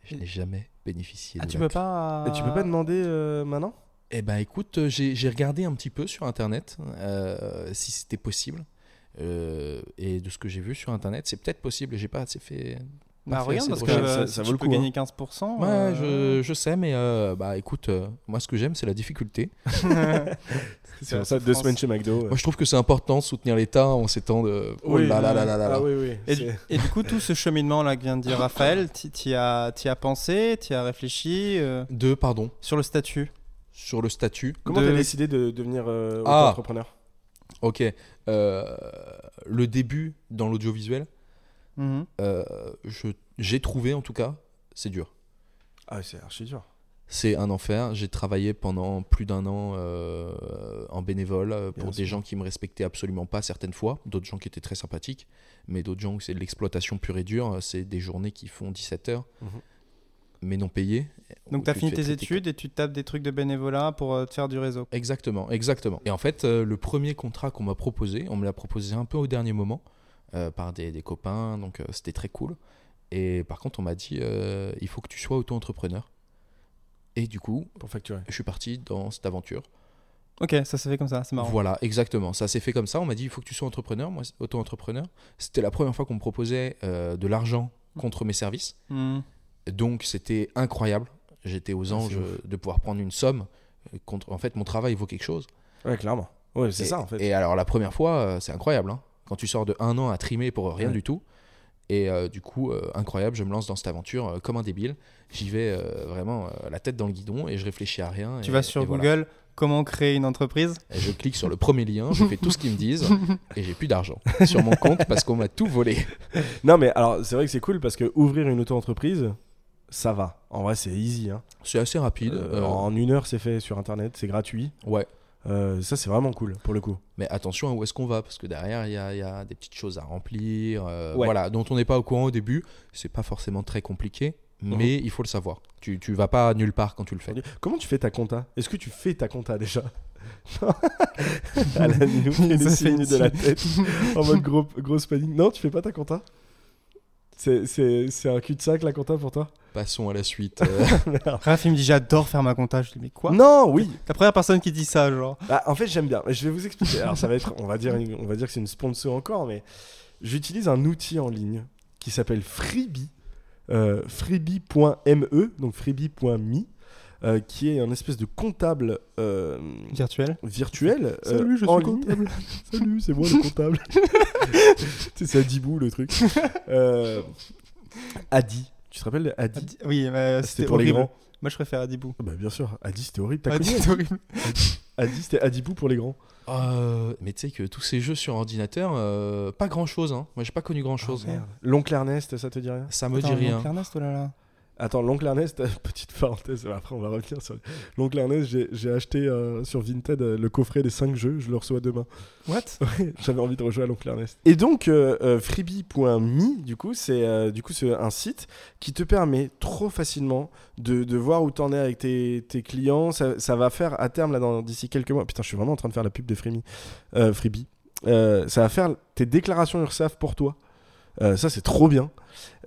E. Je n'ai jamais bénéficié
Ah,
de
tu peux
l'ACRE.
pas.
Et tu peux pas demander euh, maintenant
Eh ben écoute, euh, j'ai j'ai regardé un petit peu sur internet euh, si c'était possible. Euh, et de ce que j'ai vu sur internet, c'est peut-être possible. et J'ai pas assez fait.
Bah,
Parfait,
regarde,
c'est
parce que
drôle.
euh,
Ça-
si
ça vaut
tu
le
peux
coup, hein.
gagner 15%.
Ouais,
euh,
je, je sais, mais euh, bah écoute, euh, moi ce que j'aime, c'est la difficulté.
C'est pour ça, deux
France.
semaines chez McDo. euh.
Moi je trouve que c'est important de soutenir l'État en ces temps de. Oh là là là là là là.
Ah oui, oui.
Et
c'est-
du, et du coup, tout ce cheminement-là que vient de dire Raphaël, t'y t'y as, t'y as pensé, t'y as réfléchi euh,
De, pardon,
sur le statut.
sur le statut.
Comment
de-
t'as décidé de devenir euh,
Ah.
auto-entrepreneur
Ok. euh, le début dans l'audiovisuel,
Mhm.
euh, je- j'ai trouvé en tout cas, c'est dur.
Ah, c'est archi dur.
C'est un enfer. J'ai travaillé pendant plus d'un an euh, en bénévole euh, pour
Bien
des
sûr.
gens qui me respectaient absolument pas certaines fois, d'autres gens qui étaient très sympathiques, mais d'autres gens où c'est de l'exploitation pure et dure. C'est des journées qui font 17 heures,
Mhm.
mais non payées.
Donc,
Où
Oh,
tu as
tu te
fini
fais
tes
traiter
études et tu tapes des trucs de bénévolat pour euh, te faire du réseau.
Exactement, exactement. Et en fait, euh, le premier contrat qu'on m'a proposé, on me l'a proposé un peu au dernier moment euh, par des, des copains, donc euh, c'était très cool. Et par contre, on m'a dit, euh, il faut que tu sois auto-entrepreneur. Et du coup,
pour facturer.
je suis parti dans cette aventure.
Ok, ça s'est fait comme ça, c'est marrant.
Voilà, exactement. Ça s'est fait comme ça. On m'a dit, il faut que tu sois entrepreneur, moi, c'est- auto-entrepreneur. C'était la première fois qu'on me proposait euh, de l'argent
Mmh.
contre mes services.
Hmm.
Donc, c'était incroyable. J'étais aux
Ah, c'est
anges euh, de pouvoir prendre une somme. euh, Contre... En fait, mon travail vaut quelque chose.
Ouais, clairement. Ouais, c'est
Et-
ça en fait.
Et alors la première fois, euh, c'est incroyable. hein. quand tu sors de un an à trimer pour rien
Ouais.
du tout. Et euh, du coup, euh, incroyable, je me lance dans cette aventure euh, comme un débile. J'y vais euh, vraiment euh, la tête dans le guidon et je réfléchis à rien.
Tu
et-
vas sur
et voilà.
Google, comment créer une entreprise
Et Eh, Je clique sur le premier lien, je fais tout ce qu'ils me disent et j'ai plus d'argent sur mon compte parce qu'on m'a tout volé.
Non, mais alors, c'est vrai que c'est cool parce que ouvrir une auto-entreprise, ça va. En vrai, c'est easy. hein.
C'est assez rapide.
Euh,
euh,
En une heure, c'est fait sur internet, c'est gratuit.
Ouais.
Euh, ça, c'est vraiment cool pour le coup.
Mais attention à où est-ce qu'on va, parce que derrière, il y a, il y a des petites choses à remplir, euh,
Ouais.
voilà, dont on n'est pas au courant au début. C'est pas forcément très compliqué,
Mhm.
mais il faut le savoir. Tu, tu vas pas nulle part quand tu le fais.
Comment tu fais ta compta Est-ce que tu fais ta compta déjà Non. Alan, il nous fait des
Ça fait
signes
une
de la tête en mode gros, grosse panique. Non, tu fais pas ta compta C'est- C'est c'est un cul-de-sac la compta pour toi
Passons à la suite. euh,
Raph, il me dit j'adore faire ma compta. Je lui dis mais quoi
Non, oui
La première personne qui dit ça, genre.
Bah, en fait, j'aime bien. Je vais vous expliquer. Alors, ça va être, on va dire, une- on va dire que c'est une sponsor encore, mais j'utilise un outil en ligne qui s'appelle Freebie, euh, freebie.me, E, donc freebie.me, euh, qui est un espèce de comptable euh,
Virtuel.
virtuel. euh,
Salut, je
en
suis
ligne.
comptable.
Salut, c'est moi le comptable. tu sais, c'est Adibou le truc. Euh, Adi. Tu te rappelles de Adi,
Adi- Ah, Oui, mais euh,
C'était
c'était
pour les
horrible.
grands.
Moi, je préfère Adibou. Ah,
Bah, bien sûr, Adi c'était horrible. T'as
Adi,
connu
c'est horrible.
Adi, c'était Adibou pour les grands.
euh, mais tu sais que tous ces jeux sur ordinateur, euh, pas grand chose. Hein. Moi, j'ai pas connu grand chose.
Merde. L'oncle Ernest, ça te dit rien
Ça me
Ah Attends,
dit rien.
Jean-Pierre Nast, oh là là.
Attends, l'oncle Ernest, petite parenthèse, après on va revenir sur l'oncle Ernest, j'ai- j'ai acheté euh, sur Vinted euh, le coffret des 5 jeux, je le reçois demain.
What
Ouais, J'avais envie de rejouer à l'oncle Ernest. Et donc euh, euh, freebie.me, du coup, c'est euh, du coup c'est un site qui te permet trop facilement de, de voir où t'en es avec tes, tes clients, ça, ça va faire à terme là dans- d'ici quelques mois. Putain, je suis vraiment en train de faire la pub de Freebie. Euh, freebie. Euh, ça va faire tes déclarations URSAF pour toi. Euh, ça c'est trop bien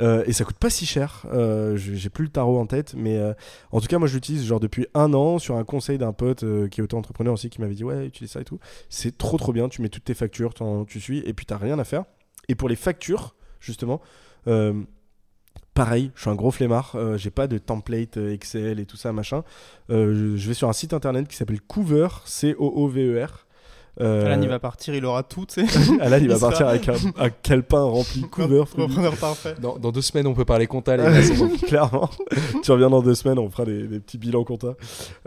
Euh, et ça coûte pas si cher. Euh, je- J'ai plus le tarot en tête, mais euh, en tout cas moi je l'utilise genre depuis un an sur un conseil d'un pote euh, qui est auto-entrepreneur aussi qui m'avait dit ouais utilise ça et tout. C'est trop trop bien. Tu mets toutes tes factures, t'en- tu suis et puis t'as rien à faire. Et pour les factures justement. euh, Pareil, je suis un gros flemmard, euh, j'ai pas de template euh, Excel et tout ça, machin. Euh, je, je vais sur un site internet qui s'appelle Cover, C-O-O-V-E-R. E Euh,
Alan, il va partir, il aura tout, tu sais.
Alan, il va
Il sera-
partir avec un, un calepin rempli Cover, fruits,
Repreneur parfait.
Dans, dans deux semaines, on peut parler compta. les
Ouais,
gars, c'est bon.
Clairement. tu reviens dans deux semaines, on fera des, des petits bilans compta.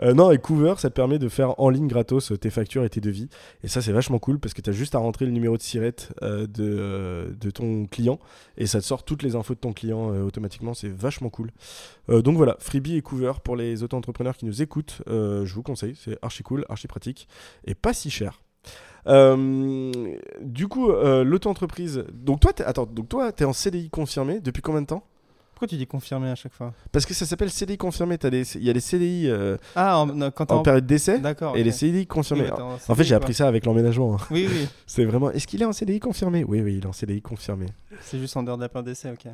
Euh, non, et Cover, ça te permet de faire en ligne gratos euh, tes factures et tes devis. Et ça, c'est vachement cool parce que tu as juste à rentrer le numéro de sirette euh, de, euh, de ton client et ça te sort toutes les infos de ton client euh, automatiquement. C'est vachement cool. Euh, donc voilà, Freebie et Cover pour les auto-entrepreneurs qui nous écoutent. euh, je vous conseille, c'est archi cool, archi pratique et pas si cher. Euh, du coup, euh, l'auto-entreprise. Donc toi, t'es- attends, donc toi, t'es en CDI confirmé depuis combien de temps
Pourquoi tu dis confirmé à chaque fois
parce que ça s'appelle CDI confirmé. t'as des- Il y a les CDI euh,
Ah, en- non, quand t'es
en
en-
période d'essai
D'accord.
et
ok.
les CDI
Oui,
confirmés.
mais t'es en
en fait,
CDI,
j'ai
quoi.
appris ça avec l'emménagement. hein.
Oui, oui,
C'est vraiment. Est-ce qu'il est en CDI confirmé Oui, oui, il est en CDI confirmé.
c'est juste en dehors de la période d'essai, ok.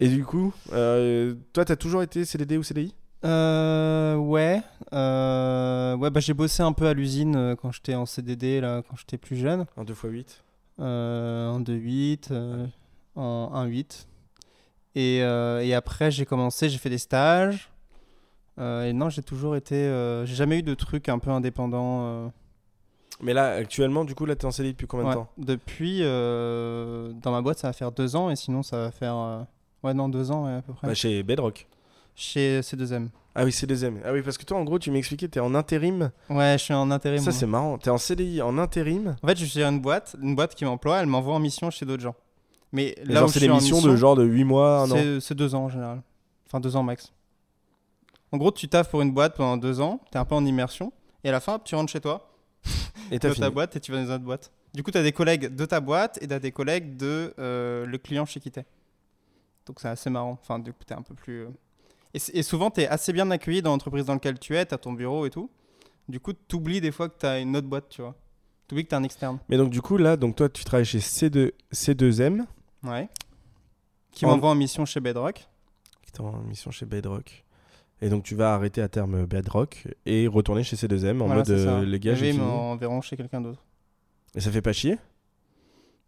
Et du coup, euh, toi, t'as toujours été CDD ou CDI
Euh, ouais. Euh, ouais, bah j'ai bossé un peu à l'usine euh, quand j'étais en CDD, là, quand j'étais plus jeune.
En 2x8.
Euh, en 2-8, euh, en 1-8. Et, euh, et après, j'ai commencé, j'ai fait des stages. Euh, et non, j'ai toujours été. euh, j'ai jamais eu de truc un peu indépendant. euh,
Mais là, actuellement, du coup, là, t'es en CDI depuis combien de
ouais.
temps
Depuis, euh, dans ma boîte, ça va faire deux ans. Et sinon, ça va faire. euh, ouais, non, deux ans ouais, à peu près.
Bah, Chez Bedrock.
Chez C2M.
Ah oui, CDM. Ah oui, parce que toi, en gros, tu m'expliquais, t'es en intérim.
Ouais, je suis en intérim.
ça,
moi.
c'est marrant. T'es en CDI, en intérim.
En fait, je suis une boîte, une boîte qui m'emploie, elle m'envoie en mission chez d'autres gens. Mais
Et
là
genre,
où je
c'est
suis
des
en
missions
mission,
de genre de 8 mois, un an.
c'est- c'est deux ans en général. Enfin, deux ans max. En gros, tu taffes pour une boîte pendant deux ans, t'es un peu en immersion, et à la fin, tu rentres chez toi,
Et
de
t'as fini.
ta boîte, et tu vas dans une autre boîte. Du coup, t'as des collègues de ta boîte et t'as des collègues de euh, le client chez qui t'es. Donc, c'est assez marrant. Enfin, du coup, t'es un peu plus. euh, Et, c- et souvent, t'es assez bien accueilli dans l'entreprise dans laquelle tu es, t'as ton bureau et tout. Du coup, t'oublies des fois que t'as une autre boîte, tu vois. T'oublies que t'es un externe.
Mais donc, du coup, là, donc toi, tu travailles chez C2, C2M,
Ouais. Qui
En-
m'envoie en mission chez Bedrock.
qui est en mission chez Bedrock. Et donc, tu vas arrêter à terme Bedrock et retourner chez C2M en
Voilà,
mode
c'est ça.
euh, les gars, j'ai
Oui, mais
fini.
enverront chez quelqu'un d'autre.
Et ça fait pas chier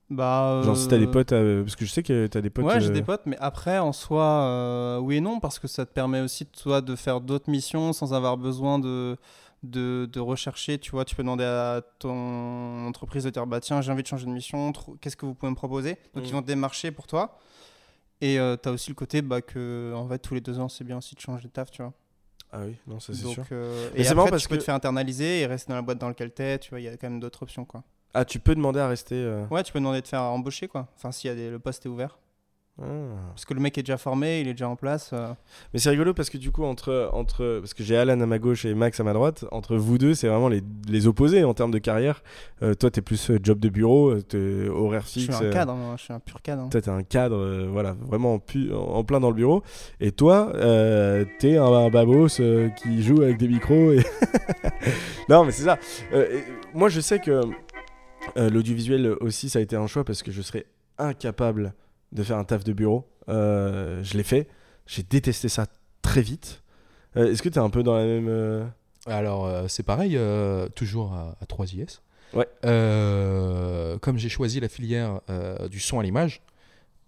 Bah,
Genre, si t'as
euh,
des potes, euh, parce que je sais que t'as des potes.
Ouais, j'ai
euh,
des potes, mais après, en soi, euh, oui et non, parce que ça te permet aussi, toi, de faire d'autres missions sans avoir besoin de, de, de rechercher. Tu vois, tu peux demander à ton entreprise de dire, bah tiens, j'ai envie de changer de mission, trou- qu'est-ce que vous pouvez me proposer Donc,
Mm.
ils vont te démarcher pour toi. Et euh, t'as aussi le côté bah, que, en fait, tous les deux ans, c'est bien aussi de changer de taf, tu vois.
Ah oui, non, ça c'est
Donc,
sûr.
euh,
Mais
et
c'est
après,
marrant
tu
parce
peux
que-
te faire internaliser et rester dans la boîte dans laquelle t'es, tu vois, il y a quand même d'autres options, quoi.
Ah, tu peux demander à rester. euh,
Ouais, tu peux demander de faire embaucher, quoi. Enfin, si y a des- le poste est ouvert.
ah.
Parce que le mec est déjà formé, il est déjà en place. euh.
Mais c'est rigolo parce que du coup, entre, entre parce que j'ai Alan à ma gauche et Max à ma droite, entre vous deux, c'est vraiment les, les opposés en termes de carrière. Euh, toi, t'es plus euh, job de bureau, euh, t'es horaire
Je
fixe.
suis
euh,
un cadre, hein, je suis un pur cadre. hein.
Toi, t'es un cadre, euh, voilà, vraiment en, pu- en- en plein dans le bureau. Et toi, euh, t'es un, un babos euh, qui joue avec des micros. Et... non, mais c'est ça. Euh, et- moi, je sais que euh, l'audiovisuel aussi, ça a été un choix parce que je serais incapable de faire un taf de bureau. Euh, je l'ai fait. J'ai détesté ça très vite. Euh, Est-ce que t'es un peu dans la même. euh,
Alors, euh, c'est pareil, euh, toujours à, à 3IS.
Ouais.
Euh, comme j'ai choisi la filière euh, du son à l'image,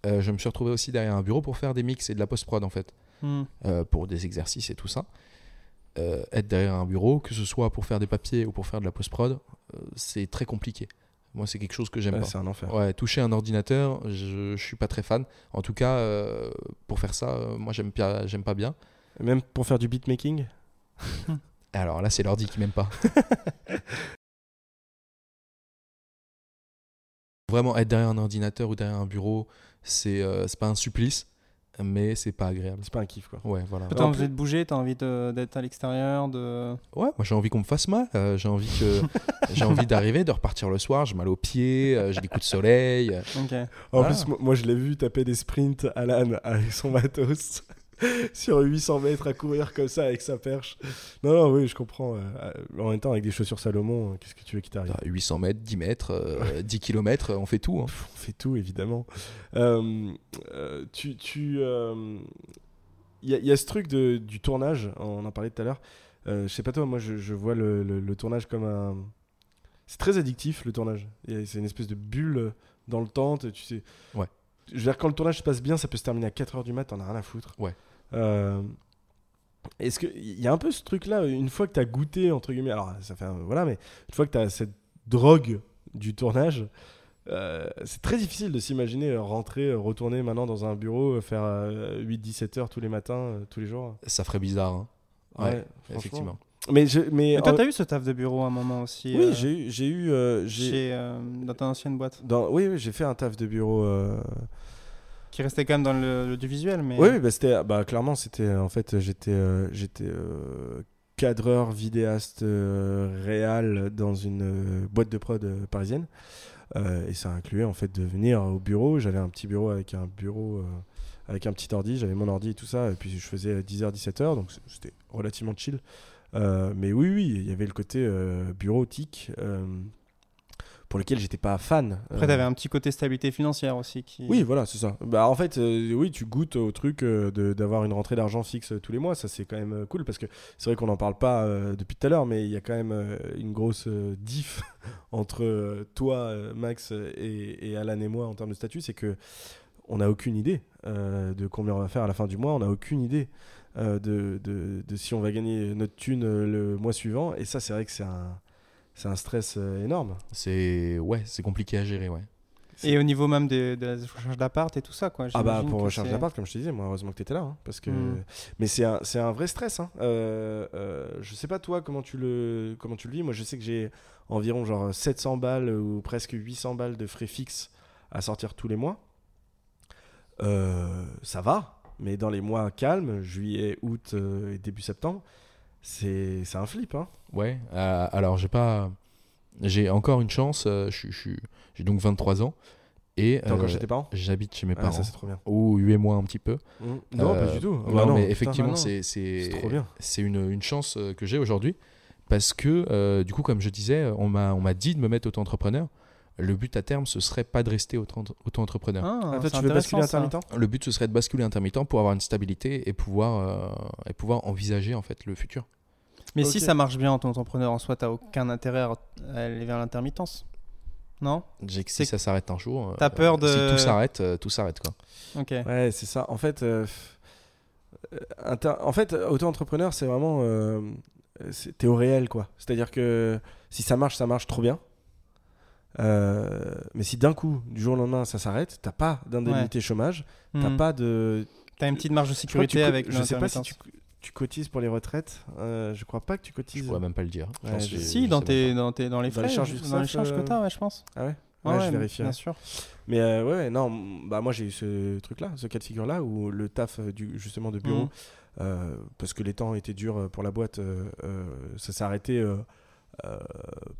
euh, je me suis retrouvé aussi derrière un bureau pour faire des mix et de la post-prod, en fait,
Hmm.
euh, pour des exercices et tout ça. Euh, être derrière un bureau, que ce soit pour faire des papiers ou pour faire de la post-prod, euh, c'est très compliqué. Moi, c'est quelque chose que j'aime
Ah,
pas.
c'est un enfer.
Ouais, toucher un ordinateur, je, je suis pas très fan. En tout cas, euh, pour faire ça, euh, moi, j'aime pas, j'aime pas bien.
Même pour faire du beatmaking
Alors là, c'est l'ordi qui m'aime pas. Vraiment, être derrière un ordinateur ou derrière un bureau, c'est euh, c'est pas un supplice, mais c'est pas agréable.
C'est pas un kiff, quoi.
Ouais, voilà.
Toi, T'as
En
envie
plus-
de bouger, t'as envie de- d'être à l'extérieur, de.
Ouais, moi j'ai envie qu'on me fasse mal. euh, j'ai envie que j'ai envie d'arriver, de repartir le soir. J'ai mal aux pieds, euh, j'ai des coups de soleil. euh,
Ok.
En
Voilà.
plus, moi, moi, je l'ai vu taper des sprints, Alan, avec son matos, sur 800 mètres à courir comme ça avec sa perche. Non, non, oui, je comprends. euh, euh, en même temps, avec des chaussures Salomon, euh, qu'est-ce que tu veux qu'il t'arrive
bah, 800 mètres, 10 mètres, euh, 10 km, on fait tout. hein.
Pff, On fait tout, évidemment. Euh, euh, tu. tu, euh, Il y, a- il y a ce truc de, du tournage, on en parlait tout à l'heure. Euh, je sais pas toi, moi, je, je vois le, le- le tournage comme un. C'est très addictif, le tournage. Il y a- C'est une espèce de bulle dans le temps, tu tu sais.
Ouais.
Je veux dire, quand le tournage se passe bien, ça peut se terminer à 4h du mat, t'en as rien à foutre.
Ouais.
Euh, Est-ce que il y a un peu ce truc-là, une fois que t'as goûté, entre guillemets, alors ça fait un- Voilà, mais une fois que t'as cette drogue du tournage, euh, c'est très difficile de s'imaginer euh, rentrer, euh, retourner maintenant dans un bureau, euh, faire 8-17 heures tous les matins, euh, tous les jours.
Ça ferait bizarre, hein. Ouais,
franchement.
effectivement.
Mais, je, mais,
Mais toi,
en-
t'as eu ce taf de bureau à un moment aussi
oui,
euh,
j'ai eu, j'ai eu, euh, j'ai-
chez, euh, dans ta ancienne boîte.
dans- oui, oui, j'ai fait un taf de bureau. euh,
Qui restait quand même dans le, le- du visuel, mais. euh,
Oui, oui, bah, c'était, bah, clairement, c'était en fait, j'étais, euh, j'étais euh, cadreur, vidéaste, euh, réal dans une euh, boîte de prod euh, parisienne, Euh, et ça incluait en fait de venir au bureau. J'avais un petit bureau avec un bureau euh, avec un petit ordi, j'avais mon ordi et tout ça, et puis je faisais euh, 10h, 17h, donc c- c'était relativement chill. Euh, mais oui, oui, il y avait le côté euh, bureautique. euh, pour lequel j'étais pas fan.
Après,
Euh,
t'avais un petit côté stabilité financière aussi. Qui...
oui, voilà, c'est ça. Bah, en fait, euh, oui, tu goûtes au truc euh, de- d'avoir une rentrée d'argent fixe euh, tous les mois. Ça, c'est quand même euh, cool parce que c'est vrai qu'on n'en parle pas euh, depuis tout à l'heure, mais il y a quand même euh, une grosse euh, diff entre euh, toi, euh, Max euh, et, et Alan et moi en termes de statut. C'est que on n'a aucune idée euh, de combien on va faire à la fin du mois. On n'a aucune idée euh, de, de- de si on va gagner notre thune euh, le mois suivant. Et ça, c'est vrai que c'est un, c'est un stress euh, énorme.
C'est ouais, c'est compliqué à gérer, ouais.
Et au niveau même des- de, la recherche d'appart et tout ça, quoi.
Ah bah
j'imagine
pour
que
recherche
c'est-
d'appart, comme je te disais, moi heureusement que t'étais là, hein, parce que
Mm.
mais c'est un, c'est un vrai stress. Hein. Euh, euh, je sais pas toi comment tu le comment tu le vis. Moi je sais que j'ai environ genre 700 balles ou presque 800 balles de frais fixes à sortir tous les mois. Euh, ça va, Mais dans les mois calmes, juillet, août euh, et début septembre, c'est c'est un flip. Hein.
Ouais, euh, alors j'ai pas. J'ai encore une chance, euh, je suis- je suis- j'ai donc 23 ans et
T'es encore
euh,
chez tes parents
j'habite chez mes
Ah,
parents.
ça c'est trop bien.
Ou huez-moi un petit peu.
Mm. Non,
Euh,
pas du tout. Ah
non,
bah non,
mais
putain,
effectivement,
bah non.
c'est c'est-
C'est trop bien.
c'est une, une chance euh, que j'ai aujourd'hui parce que, euh, du coup, comme je disais, on m'a on m'a dit de me mettre auto-entrepreneur. Le but à terme, ce serait pas de rester auto- auto-entrepreneur.
Ah, toi,
c'est
tu veux basculer
intéressant, ça.
intermittent
Le but, ce serait de basculer intermittent pour avoir une stabilité et pouvoir, euh, et pouvoir envisager en fait le futur.
Mais
Ok.
si ça marche bien en tant qu'entrepreneur en soi, t'as aucun intérêt à aller vers l'intermittence. Non
J'ai que si
C'est-
ça s'arrête un jour. euh,
T'as peur de-
Si tout s'arrête, euh, tout s'arrête quoi.
Ok.
Ouais, c'est ça. En fait, euh, euh, inter- en fait, euh, auto-entrepreneur, c'est vraiment, euh, euh, c'est- t'es au réel, quoi. C'est-à-dire que si ça marche, ça marche trop bien. Euh, mais si d'un coup, du jour au lendemain, ça s'arrête, t'as pas d'indemnité chômage, t'as
Hmm.
pas de.
T'as une petite marge de
Je crois que tu
sécurité
co-
avec
Je sais pas si
l'intermittence.
tu, tu cotises pour les retraites. euh, je crois pas que tu
Je
cotises.
pourrais même pas le dire. Je
Ouais,
pense
je-
que-
Si,
je
dans,
sais
tes,
même
dans, tes, dans les
Dans
frais,
les charges
dans les
URSAF,
charges que
euh,
t'as, ouais, je pense.
Ah ouais.
Ouais,
Ouais, je
ouais,
vérifierai.
Bien sûr.
Mais euh, ouais, ouais, non, m- bah moi j'ai eu ce truc-là, ce cas de figure-là, où le taf euh, du, justement de bureau,
Mhm.
euh, parce que les temps étaient durs euh, pour la boîte, euh, euh, ça s'est arrêté, euh, euh,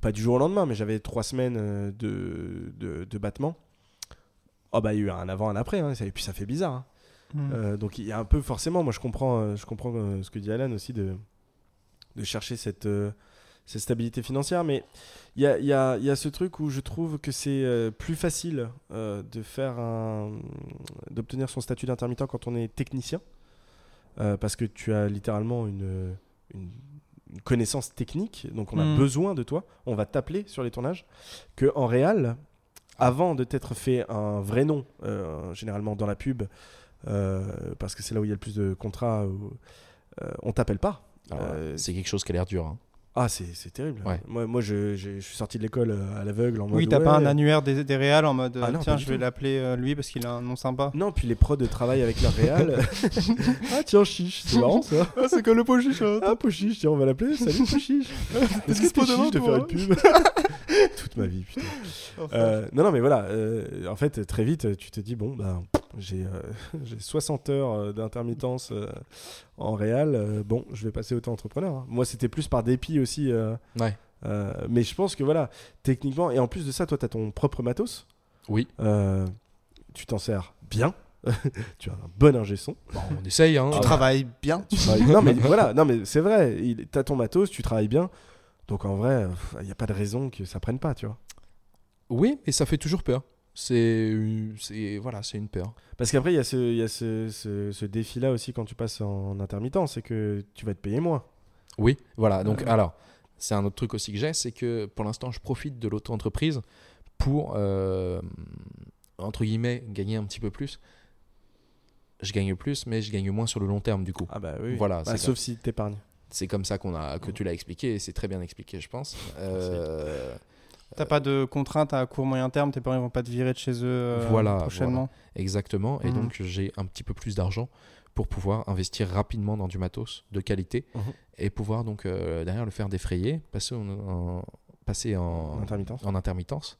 pas du jour au lendemain, mais j'avais trois semaines euh, de, de, de battement. Oh bah il y a eu un avant, un après, hein, ça- et puis ça fait bizarre. hein.
Hmm.
Euh, donc il y a un peu forcément, moi je comprends, euh, je comprends euh, ce que dit Alan aussi de, de chercher cette, euh, cette stabilité financière, mais il y a, il y a- il y a ce truc où je trouve que c'est euh, plus facile euh, de faire un- d'obtenir son statut d'intermittent quand on est technicien, euh, parce que tu as littéralement une, une- une connaissance technique, donc on a
Mhm.
besoin de toi, on va t'appeler sur les tournages, que en réal, avant de t'être fait un vrai nom, euh, généralement dans la pub, euh, parce que c'est là où il y a le plus de contrats, où, euh, on t'appelle pas.
pas. Alors,
euh,
C'est quelque chose qui a l'air dur. hein.
Ah, c'est c'est terrible.
Ah Ouais.
Moi, moi je, j'ai- je suis sorti de l'école euh, à l'aveugle en mode.
Oui, t'as pas
ouais.
un annuaire des, des réals en mode
euh, Ah non, pas
tiens,
du
je vais
tout.
l'appeler euh, lui parce qu'il a un nom sympa.
Non, puis les prods travaillent avec leur réal. ah, tiens, chiche, c'est marrant ça.
Ah, c'est comme le poche
Ah, Pochiche, tiens, on va l'appeler. Salut, Pochiche. Est-ce que c'est
dispo demain
Pochiche de
pour
faire
moi
une pub Toute ma vie, putain. Euh, non, non, mais voilà. euh, en fait, très vite, tu te dis bon, bah, j'ai euh, j'ai 60 heures euh, d'intermittence euh, en réal. euh, bon, je vais passer autant entrepreneur. hein. Moi, c'était plus par dépit aussi. euh,
Ouais.
euh, mais je pense que voilà, techniquement, et en plus de ça, toi, tu as ton propre matos.
Oui.
Euh, tu t'en sers bien. tu as un bon ingé son.
Bon, on essaye. hein.
Tu
Ah,
travailles bien.
Tu travailles- non, mais voilà, non, mais c'est vrai. il- T'as ton matos, tu travailles bien. Donc en vrai, il n'y a pas de raison que ça prenne pas, tu vois.
Oui, et ça fait toujours peur. C'est une- c'est- voilà, c'est une peur.
Parce qu'après, il y a ce, il y a ce, ce- ce défi-là aussi quand tu passes en intermittent, c'est que tu vas te payer moins.
Oui, voilà. Donc
Ah.
Euh.
alors, c'est un autre truc aussi que j'ai, c'est que pour l'instant, je profite de l'auto-entreprise pour euh, entre guillemets gagner un petit peu plus. Je gagne plus, mais je gagne moins sur le long terme du coup.
Ah Oh. bah
oui. Voilà, c'est
sauf si t'épargnes.
C'est comme ça qu'on a que tu l'as expliqué et c'est très bien expliqué, je pense. Euh,
T'as pas de contraintes à court moyen terme. Tes parents ils vont pas te virer de chez eux euh,
Voilà,
prochainement.
Exactement. Et
Mhm.
donc, j'ai un petit peu plus d'argent pour pouvoir investir rapidement dans du matos de qualité
Mhm.
et pouvoir donc euh, derrière le faire défrayer, passer en, en- passer en,
En intermittence.
en intermittence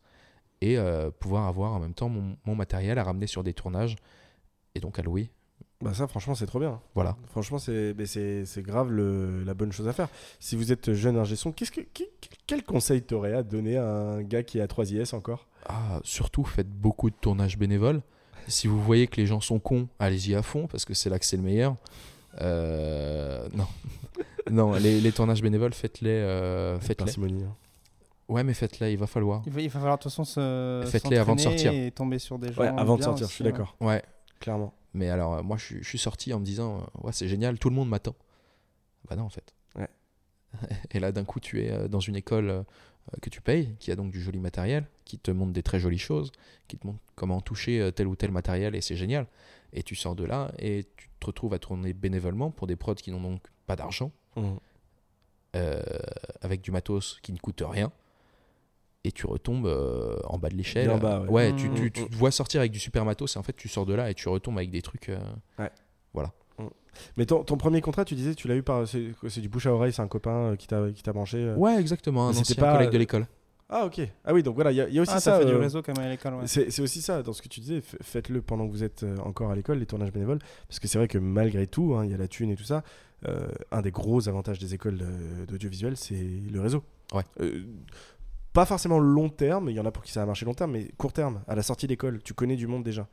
et euh, pouvoir avoir en même temps mon, mon matériel à ramener sur des tournages et donc à louer.
Bah ça, franchement, c'est trop bien.
Voilà.
Franchement, c'est mais c'est- c'est grave le- la bonne chose à faire. Si vous êtes jeune ingé son, qu'est-ce que, qui- quel conseil t'aurais à donner à un gars qui est à 3IS encore
Ah, surtout, faites beaucoup de tournages bénévoles. Si vous voyez que les gens sont cons, allez-y à fond parce que c'est là que c'est le meilleur. Euh, non, non, les, les tournages bénévoles, faites-les, euh, faites-les.
Parcimonie. hein.
Ouais, mais faites-les, il va falloir.
Il va, il va falloir de toute façon se
Faites-les avant de
s'entraîner
sortir.
et tomber sur des gens.
Ouais, avant de
bien aussi,
sortir,
hein.
je suis
ouais.
d'accord.
Ouais,
Clairement.
mais alors euh, moi je, suis- je suis sorti en me disant euh, ouais c'est génial, tout le monde m'attend. Bah non en fait.
Ouais.
Et là d'un coup tu es euh, dans une école euh, que tu payes, qui a donc du joli matériel, qui te montre des très jolies choses, qui te montre comment toucher euh, tel ou tel matériel et c'est génial. Et tu sors de là et tu te retrouves à tourner bénévolement pour des prods qui n'ont donc pas d'argent,
Mhm.
euh, avec du matos qui ne coûte rien. Et tu retombes euh, en bas de l'échelle.
Bien bas, ouais.
tu,
Mhm.
tu- tu te vois sortir avec du super matos et en fait tu sors de là et tu retombes avec des trucs. euh,
Mais ton, ton premier contrat, tu disais, tu l'as eu par. C'est c'est du bouche à oreille, c'est un copain euh, qui t'a qui t'a branché. euh.
Ouais, exactement. Un
Mais c'était
ancien
pas-
collègue de l'école.
Ah, ok. Ah oui, donc voilà, il y, a- il y a aussi
Ah,
ça.
ça fait du
euh,
réseau quand même à l'école. ouais.
C'est c'est aussi ça, dans ce que tu disais, f- faites-le pendant que vous êtes euh, encore à l'école, les tournages bénévoles, parce que c'est vrai que malgré tout, hein, il y a la thune et tout ça, euh, un des gros avantages des écoles euh, d'audiovisuel, c'est le réseau.
Ouais.
Euh, pas forcément long terme, il y en a pour qui ça a marché long terme, mais court terme, à la sortie d'école, tu connais du monde déjà.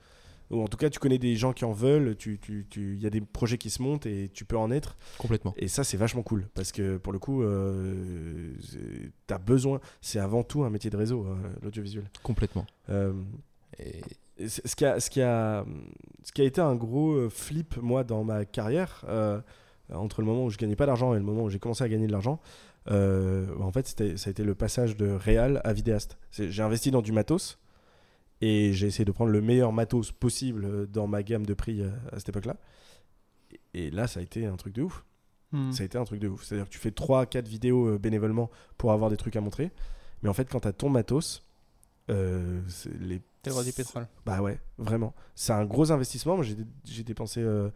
Ou en tout cas, tu connais des gens qui en veulent, il tu, tu, tu- il y a des projets qui se montent et tu peux en être.
Complètement.
Et ça, c'est vachement cool parce que pour le coup, euh, c'est- t'as besoin. C'est avant tout un métier de réseau, euh, l'audiovisuel.
Complètement.
Euh,
Et-
et c- ce qui a, ce qui a, ce qui a été un gros euh, flip moi dans ma carrière euh, entre le moment où je gagnais pas d'argent et le moment où j'ai commencé à gagner de l'argent. euh, en fait, c'était- ça a été le passage de réal à vidéaste. C'est- J'ai investi dans du matos et j'ai essayé de prendre le meilleur matos possible euh, dans ma gamme de prix euh, à cette époque-là. Et et là, ça a été un truc de ouf.
Hmm.
Ça a été un truc de ouf. C'est-à-dire que tu fais 3-4 vidéos euh, bénévolement pour avoir des trucs à montrer. Mais en fait, quand t'as ton matos, euh, c'est les.
T'es le roi du pétrole.
Bah ouais, vraiment. C'est un gros investissement. Moi, j'ai dé- j'ai dépensé euh,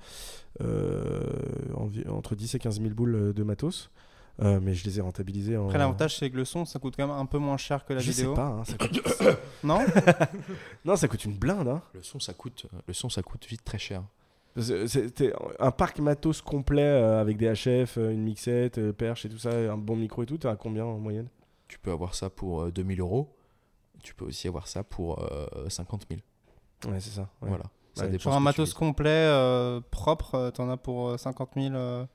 euh, envi- entre 10 et 15 000 boules euh, de matos. Euh, mais je les ai rentabilisés en.
Après, l'avantage, c'est que le son, ça coûte quand même un peu moins cher que la
je
vidéo.
sais pas. hein, ça coûte-
Non
non, ça coûte une blinde. hein.
Le son, ça coûte, le son, ça coûte vite très cher.
C'est- C'était un parc matos complet euh, avec des HF, euh, une mixette, euh, perche et tout ça, un bon micro et tout. T'es à combien en moyenne
Tu peux avoir ça pour euh, 2000 euros. Tu peux aussi avoir ça pour euh, 50 000.
Ouais, c'est ça. ouais.
Voilà. Ça
Ouais,
dépend
Sur
ce
un
que
matos
tu
complet, euh, propre, euh, t'en as pour euh, 50 000. euh.
veux.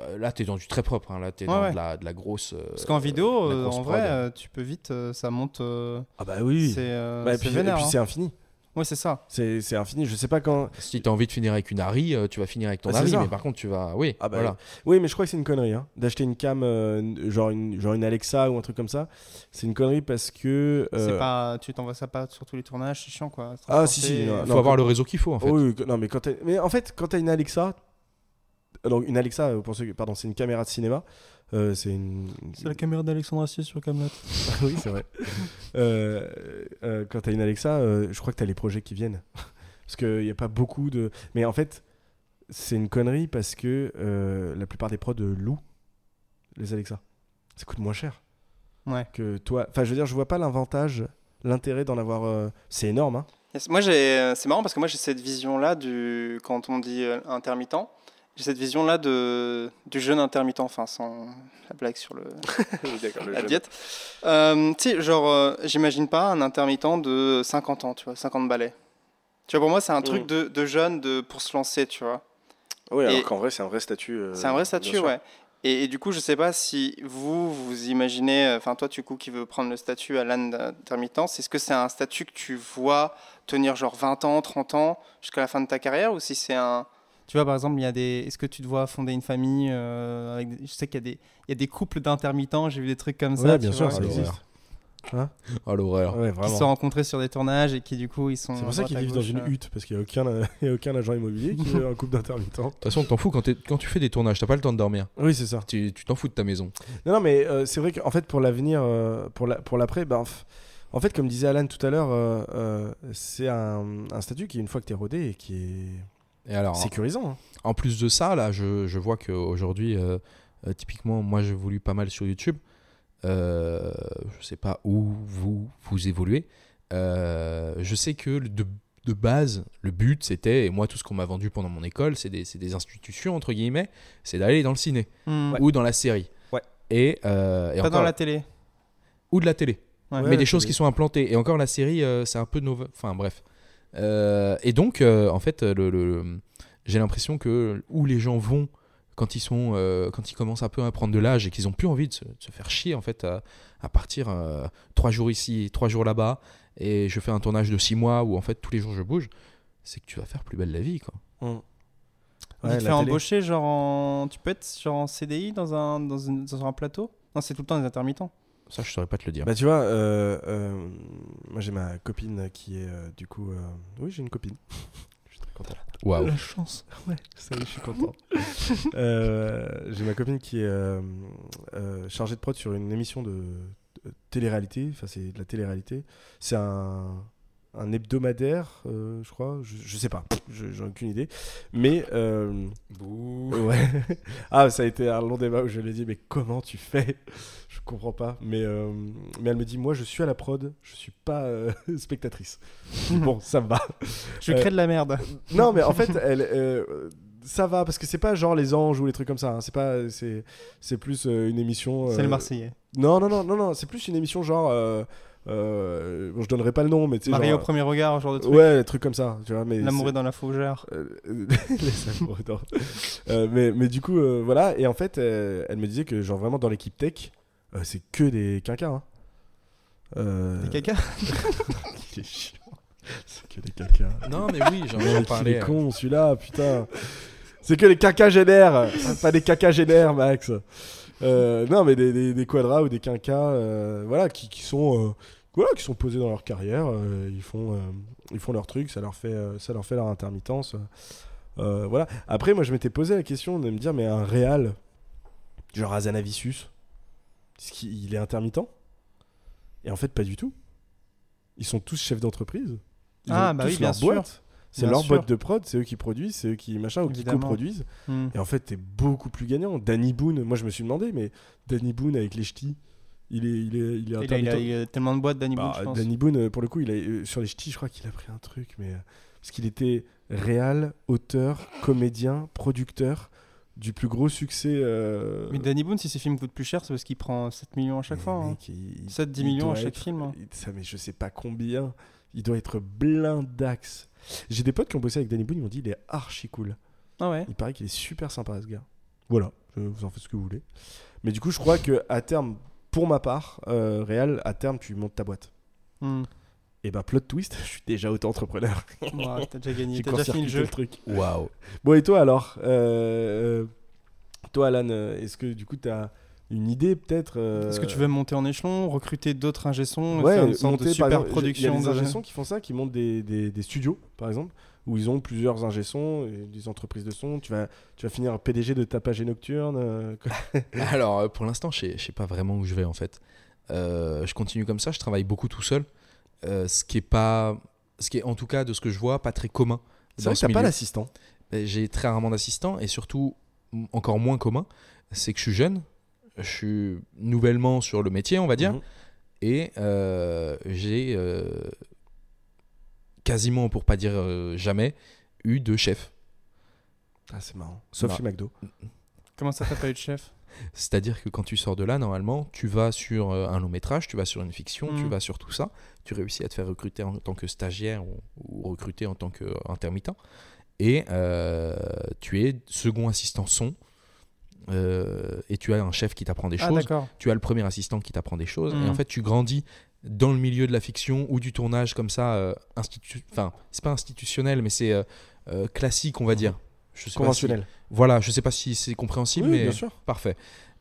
Euh, Là, t'es dans du très propre. hein. Là, t'es
Ouais,
dans
ouais.
De, la, de la grosse. euh,
Parce qu'en
de
vidéo,
la
euh,
grosse
en
prod.
vrai, euh, tu peux vite, euh, ça monte. euh,
Ah bah oui.
C'est euh,
Bah, et
c'est
puis, et
vénère.
puis
hein.
c'est infini.
Ouais, c'est ça.
C'est c'est infini. Je sais pas quand.
Si t'as envie de finir avec une Harry, euh, tu vas finir avec ton
Ah,
Bah, c'est
Harry.
ça.
Mais par contre, tu vas. Oui,
Ah bah
voilà.
Oui, mais je crois que c'est une connerie. hein, D'acheter une cam, euh, n- genre, une, genre une Alexa ou un truc comme ça. C'est une connerie parce que. euh,
C'est pas, tu t'envoies ça pas sur tous les tournages, c'est chiant quoi.
Ah, si, si,
Transporter,
non,
euh,
Il
quand-
faut avoir le réseau qu'il faut, en fait.
oui, que- non, mais quand t'as- mais en fait, quand t'as une Alexa. Donc, une Alexa, euh, pour ceux... qui- pardon, c'est une caméra de cinéma. Euh, c'est une.
C'est la caméra d'Alexandre Astier sur Camelot.
oui, c'est vrai. Euh, euh, quand t'as une Alexa, euh, je crois que t'as les projets qui viennent. parce qu'il n'y a pas beaucoup de. Mais en fait, c'est une connerie parce que euh, la plupart des prods euh, louent les Alexa. Ça coûte moins cher
Ouais.
que toi. Enfin, je veux dire, je vois pas l'avantage, l'intérêt d'en avoir. euh, C'est énorme, hein.
Yes. Moi, j'ai, euh, c'est marrant parce que moi j'ai cette vision-là du, quand on dit euh, intermittent, j'ai cette vision-là de du jeûne intermittent, enfin sans la blague sur le,
D'accord, le
la
jeune.
diète. Euh, tu sais, genre, euh, j'imagine pas un intermittent de 50 ans, tu vois, 50 balais. Tu vois, pour moi, c'est un truc
Mm.
de, de jeune de, pour se lancer, tu vois.
Oui, alors
Et-
qu'en vrai, c'est un vrai statut. euh,
c'est un vrai
bien
statut,
sûr.
ouais. Et, et du coup, je sais pas si vous, vous imaginez, euh, enfin, toi, du coup, qui veux prendre le statut à l'âne d'intermittence, est-ce que c'est un statut que tu vois tenir genre 20 ans, 30 ans, jusqu'à la fin de ta carrière, ou si c'est un. Tu vois, par exemple, il y a des. Est-ce que tu te vois fonder une famille euh, avec des- Je sais qu'il y, a des- il y a des couples d'intermittents, j'ai vu des trucs comme ça.
Ouais, bien
tu
sûr,
vois,
ça
qui-
existe. Hein
Ah, l'horreur.
Ouais,
qui
vraiment.
se sont rencontrés sur des tournages et qui du coup ils sont.
C'est pour ça
à droite,
qu'ils
à
vivent dans
gauche,
une
euh.
hutte, parce qu'il n'y a, aucun, euh, il y a aucun agent immobilier qui veut un couple d'intermittents.
De toute façon, t'en fous quand, t'es- quand tu fais des tournages, t'as pas le temps de dormir.
Oui, c'est ça.
Tu tu t'en fous de ta maison.
Non, non, mais euh, c'est vrai qu'en fait, pour l'avenir, euh, pour la- pour l'après, ben, f- en fait, comme disait Alan tout à l'heure, euh, euh, c'est un, un statut qui, une fois que t'es rodé, et qui est
Et
Ah.
alors,
sécurisant. hein.
En plus de ça, là, je, je vois qu'aujourd'hui, euh, euh, typiquement, moi, j'évolue pas mal sur YouTube. Euh, je sais pas où vous, vous évoluez. Euh, je sais que le- de, de base, le but, c'était, et moi, tout ce qu'on m'a vendu pendant mon école, c'est des, c'est des institutions, entre guillemets, c'est d'aller dans le ciné
Hmm.
ou dans la série.
Ouais.
Et, euh, et
Pas dans
encore-
la télé.
ou de la télé.
Ouais.
mais des
la
choses
télé.
qui sont implantées. Et encore, la série, euh, c'est un peu nova. Enfin, bref. Euh, et donc, euh, en fait, le, le- j'ai l'impression que où les gens vont quand ils sont, euh, quand ils commencent un peu à prendre de l'âge et qu'ils ont plus envie de se, de se faire chier en fait à, à partir euh, trois jours ici, trois jours là-bas, et je fais un tournage de six mois où en fait tous les jours je bouge, c'est que tu vas faire plus belle la vie quoi.
Tu
Ouais,
Mm. te
la
fais
télé.
embaucher, genre en... tu peux être genre en CDI dans un, dans une- dans un plateau Non, c'est tout le temps des intermittents.
Ça je saurais pas te le dire.
Bah, tu vois, euh, euh, moi j'ai ma copine qui est euh, du coup. euh, Oui, j'ai une copine. je suis très content.
Ah
Waouh.
chance. Ouais, ça y est, je suis content. Euh, j'ai ma copine qui est euh, euh, chargée de prod sur une émission de, de télé-réalité. Enfin, c'est de la télé-réalité. C'est un, un hebdomadaire, euh, je crois, je, je sais pas, Je- j'en ai aucune idée. Mais euh, ouais. ah, ça a été un long débat où je lui ai dit mais comment tu fais Je comprends pas. Mais euh, mais elle me dit moi je suis à la prod, je suis pas euh, spectatrice. Je dis, bon, ça me va.
Je
Euh,
crée de la merde.
Non, mais en fait, elle, euh, ça va parce que c'est pas genre les anges ou les trucs comme ça. hein. C'est pas, c'est, c'est plus euh, une émission.
C'est le
euh,
Marseillais.
Non, non, non, non, non. C'est plus une émission genre. euh, euh, bon, je donnerai pas le nom, mais tu sais.
Marié au
genre,
premier regard, genre de truc.
Ouais, des trucs comme ça. Tu vois, mais
L'amour est dans la fougère.
euh, euh, les amoureux d'or. Euh, mais, mais du coup, euh, voilà. Et en fait, euh, elle me disait que, genre, vraiment, dans l'équipe tech, euh, c'est que des quinquas. Hein. Euh,
Des caca
il est chiant. C'est que des quinquas.
Non, mais oui, j'en
Ouais,
ai
Il est
parlé. hein.
con celui-là, putain. C'est que les quinquagénaires, pas des quinquagénaires, Max. Euh, non, mais des, des, des quadras ou des quinquas, euh, voilà, qui, qui sont, euh, voilà, qui sont posés dans leur carrière. euh, ils font, euh, ils font leur truc, ça leur fait, euh, ça leur fait leur intermittence. euh, voilà. Après, moi, je m'étais posé la question de me dire, mais un réal, genre Azanavicius, est-ce qu'il il est intermittent Et en fait, pas du tout. Ils sont tous chefs d'entreprise. Ils
Ah,
ont
bah
tous
oui, bien
leur
sûr.
boîte. C'est
Bien
leur
sûr.
boîte de prod, c'est eux qui produisent, c'est eux qui machin ou qui
Évidemment.
coproduisent.
Hmm.
Et en fait, t'es beaucoup plus gagnant. Danny Boone, moi je me suis demandé, mais Danny Boone avec les ch'tis, il est, il est, il
Il a, il
est
a-
intermittent.
il a tellement de boîtes d'Annie
Bah,
Boone, je pense.
Danny Boone, euh, pour le coup, il a, euh, sur les ch'tis, je crois qu'il a pris un truc, mais euh, parce qu'il était réal, auteur, comédien, producteur du plus gros succès. euh,
Mais Danny Boone, si ses films coûtent plus cher, c'est parce qu'il prend 7 millions à chaque
mais
fois. hein.
mec, il- il-
7-10
il
millions à
doit
chaque
être-
film, hein.
il- Ça, mais je sais pas combien. Il doit être blindax. J'ai des potes qui ont bossé avec Danny Boone, ils m'ont dit il est archi cool.
Ah ouais
Il paraît qu'il est super sympa ce gars. Voilà, je- vous en faites ce que vous voulez. Mais du coup, je crois que à terme, pour ma part, euh, Réal, à terme, tu montes ta boîte.
Hmm.
Et bah, plot twist, je suis déjà auto-entrepreneur.
Ouah, T'as déjà gagné,
J'ai
t'as déjà fini le
court-circuité
jeu.
le truc.
Waouh.
Bon, et toi alors Euh, euh, Toi, Alan, euh, est-ce que du coup, t'as une idée peut-être euh,
Est-ce que tu veux monter en échelon, recruter d'autres ingé-sons,
ouais,
faire une sorte
monter,
de
par
super
exemple,
production
Il y a des
de-
ingé-sons qui font ça, qui montent des, des- des studios, par exemple, où ils ont plusieurs ingé-sons, et des entreprises de son. Tu vas, tu vas finir PDG de tapage et nocturne. euh, quoi.
Alors, euh, pour l'instant, je ne sais, je sais pas vraiment où je vais en fait. Euh, je continue comme ça, je travaille beaucoup tout seul, euh, ce qui est pas, ce qui est en tout cas de ce que je vois pas très commun.
C'est
dans
vrai que
ce
t'as pas
milieu.
l'assistant.
Ben, J'ai très rarement d'assistants et surtout m- encore moins commun, c'est que je suis jeune, je suis nouvellement sur le métier, on va dire,
Mhm.
et euh, j'ai euh, quasiment, pour pas dire euh, jamais, eu de chef.
Ah, c'est marrant. Sauf
Non.
chez McDo.
Comment ça t'as pas eu de chef
C'est-à-dire que quand tu sors de là, normalement, tu vas sur euh, un long métrage, tu vas sur une fiction, tu
Mm.
Mhm.
vas sur tout ça, tu réussis à te faire recruter en tant que stagiaire ou, ou recruter en tant qu'intermittent, et euh, tu es second assistant son, euh, et tu as un chef qui t'apprend des
Ah
choses,
d'accord.
tu as le premier assistant qui t'apprend des choses, et
Mm.
Mhm.
en fait tu grandis dans le milieu de la fiction ou du tournage comme ça, euh, institu- enfin c'est pas institutionnel, mais c'est euh, euh, classique on va dire. Je sais pas si-
Mm. Conventionnel.
voilà, je sais pas si c'est compréhensible,
Oui,
mais
bien sûr.
Parfait.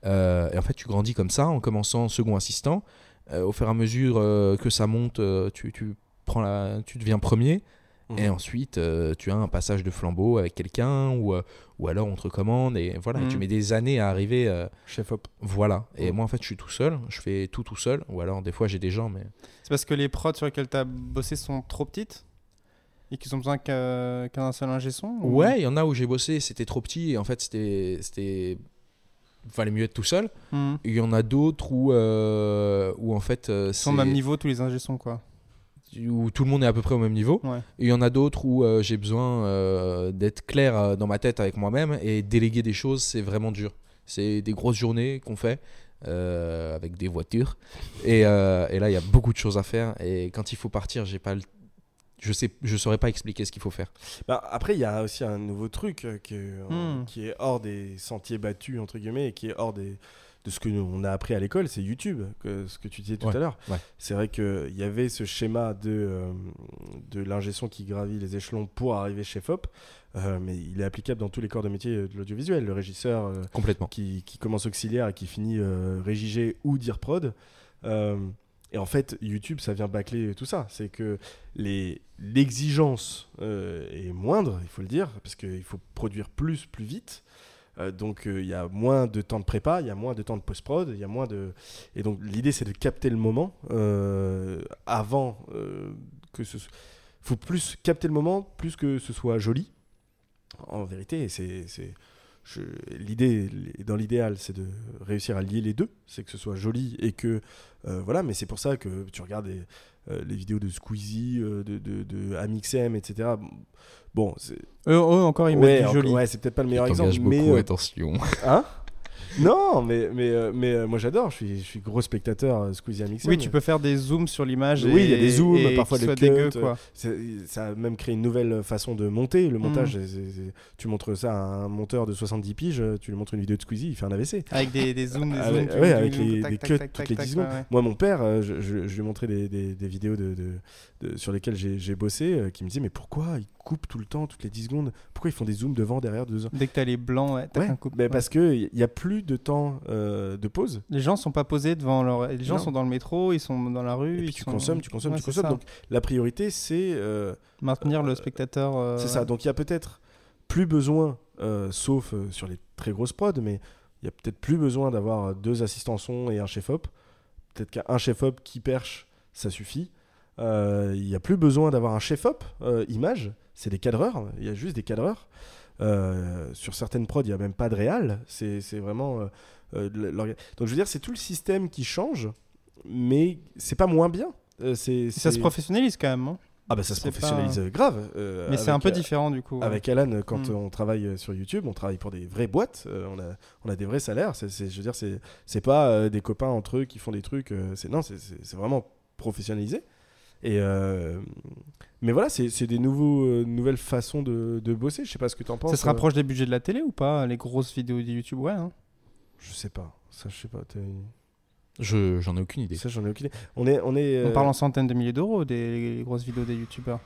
Euh, et en fait, tu grandis comme ça, en commençant second assistant. Euh, au fur et à mesure euh, que ça monte, euh, tu, tu prends la, tu deviens premier.
Mhm.
Et ensuite, euh, tu as un passage de flambeau avec quelqu'un, ou, euh, ou alors on te recommande. Et voilà,
Mhm.
tu mets des années à arriver. euh,
Chef op.
voilà. Et
Mhm.
moi, en fait, je suis tout seul. Je fais tout tout seul. Ou alors, des fois, j'ai des gens, mais.
C'est parce que les prods sur lesquels t'as bossé sont trop petites et qu'ils ont besoin qu'à- qu'un seul ingé-son ou-
Ouais, il y en a où j'ai bossé, c'était trop petit. Et en fait, c'était. c'était... Fallait mieux être tout seul.
Hmm.
Il y en a d'autres où, euh, où en fait. euh,
Ils sont au
c'est-
même niveau tous les ingé-sons quoi.
où tout le monde est à peu près au même niveau.
Ouais.
Et il y en a d'autres où euh, j'ai besoin euh, d'être clair euh, dans ma tête avec moi-même et déléguer des choses, c'est vraiment dur. C'est des grosses journées qu'on fait euh, avec des voitures. Et, euh, et là, il y a beaucoup de choses à faire. Et quand il faut partir, j'ai pas le- je sais, je saurais pas expliquer ce qu'il faut faire.
Bah, après, il y a aussi un nouveau truc euh, que, euh,
Hmm.
qui est hors des sentiers battus, entre guillemets, et qui est hors des, de ce que nous, on a appris à l'école, c'est YouTube, que, ce que tu disais tout
Ouais,
à l'heure.
ouais.
C'est vrai qu'il y avait ce schéma de, euh, de l'ingé son qui gravit les échelons pour arriver chez FOP, euh, mais il est applicable dans tous les corps de métier euh, de l'audiovisuel. Le régisseur, euh,
Complètement.
qui, qui commence auxiliaire et qui finit euh, régigé ou dire prod. Euh, et en fait, YouTube, ça vient bâcler tout ça. C'est que les- l'exigence euh, est moindre, il faut le dire, parce qu'il faut produire plus, plus vite. Euh, donc euh, il y a moins de temps de prépa, il y a moins de temps de post-prod, il y a moins de... Et donc l'idée c'est de capter le moment euh, avant euh, que ce soit- faut plus capter le moment, plus que ce soit joli. En vérité, c'est c'est- je- l'idée dans l'idéal, c'est de réussir à lier les deux, c'est que ce soit joli et que euh, voilà. Mais c'est pour ça que tu regardes les, euh, les vidéos de Squeezie, euh, de, de, de Amixem, etc. Bon, c'est
Eux, eux, encore, ils
ouais,
mettent du
encore-
joli.
ouais, c'est peut-être pas le meilleur
Il
exemple,
t'engage
mais
beaucoup,
euh,
attention.
Hein Non, mais, mais, euh, mais euh, moi j'adore, je suis, je suis gros spectateur euh, Squeezie Amixem.
Oui, tu peux faire des zooms sur l'image.
Oui, il y a
et-
des zooms,
et
parfois
qu'ils
des
soient dégueux,
cuts,
quoi.
C'est- Ça a même créé une nouvelle façon de monter. Le
Mm.
montage, c'est- c'est- tu montres ça à un monteur de 70 piges, tu lui montres une vidéo de Squeezie, il fait un AVC.
Avec des, des zooms, des
Ah
zooms.
ouais,
tu-
ouais,
tu-
avec
tu-
les-
tac,
des
tac,
cuts
tac,
toutes
tac,
les
tac,
10 secondes.
ouais, ouais.
Moi, mon père, euh, je, je- je lui montrais des, des- des vidéos de, de- de- sur lesquelles j'ai j'ai bossé, euh, qui me disait Mais pourquoi ils coupent tout le temps, toutes les 10 secondes Pourquoi ils font des zooms devant, derrière, deux ans
Dès que t'as les blancs, ouais, tac,
Ouais,
un coup.
mais
Ouais.
parce qu'il n'y a plus de temps euh, de pause.
Les gens sont pas posés devant leur. Les gens
Non.
sont dans le métro, ils sont dans la rue.
Et puis
ils
tu
sont-
consommes, tu consommes,
Ouais,
tu
c'est
consommes.
ça.
Donc la priorité, c'est euh,
maintenir
euh,
le spectateur. euh,
c'est ça. Donc il y a peut-être plus besoin, euh, sauf euh, sur les très grosses prods, mais il y a peut-être plus besoin d'avoir euh, deux assistants son et un chef-op. Peut-être qu'un chef-op qui perche, ça suffit. Euh, Il n'y a plus besoin d'avoir un chef-op euh, image. C'est des cadreurs. Il y a juste des cadreurs. Euh, sur certaines prods, il n'y a même pas de réal. C'est c'est vraiment. euh, euh, de l'orga- Donc je veux dire, c'est tout le système qui change, mais c'est pas moins bien. Euh, c'est-
Ça se
c'est-
professionnalise quand même. hein.
ah bah ça se
C'est
professionnalise euh, grave. euh,
Mais c'est un
avec,
peu
euh,
différent du coup. ouais.
Avec Alan, quand
Mm.
on travaille euh, sur YouTube, on travaille pour des vraies boîtes, euh, on, a, on a des vrais salaires. c'est c'est- je veux dire, c'est c'est pas euh, des copains entre eux qui font des trucs. euh, c'est non, c'est- c'est c'est vraiment professionnalisé. Et euh, mais voilà, c'est c'est des nouveaux, euh, nouvelles façons de, de bosser. Je sais pas ce que t'en penses.
Ça se
euh,
rapproche des budgets de la télé ou pas Les grosses vidéos de YouTube, ouais. hein.
Je sais pas. Ça, je sais pas. t'as une-
Je j'en ai aucune idée.
Ça, j'en ai aucune. idée. On est, on est.
On
euh,
parle en centaines de milliers d'euros des grosses vidéos des youtubeurs.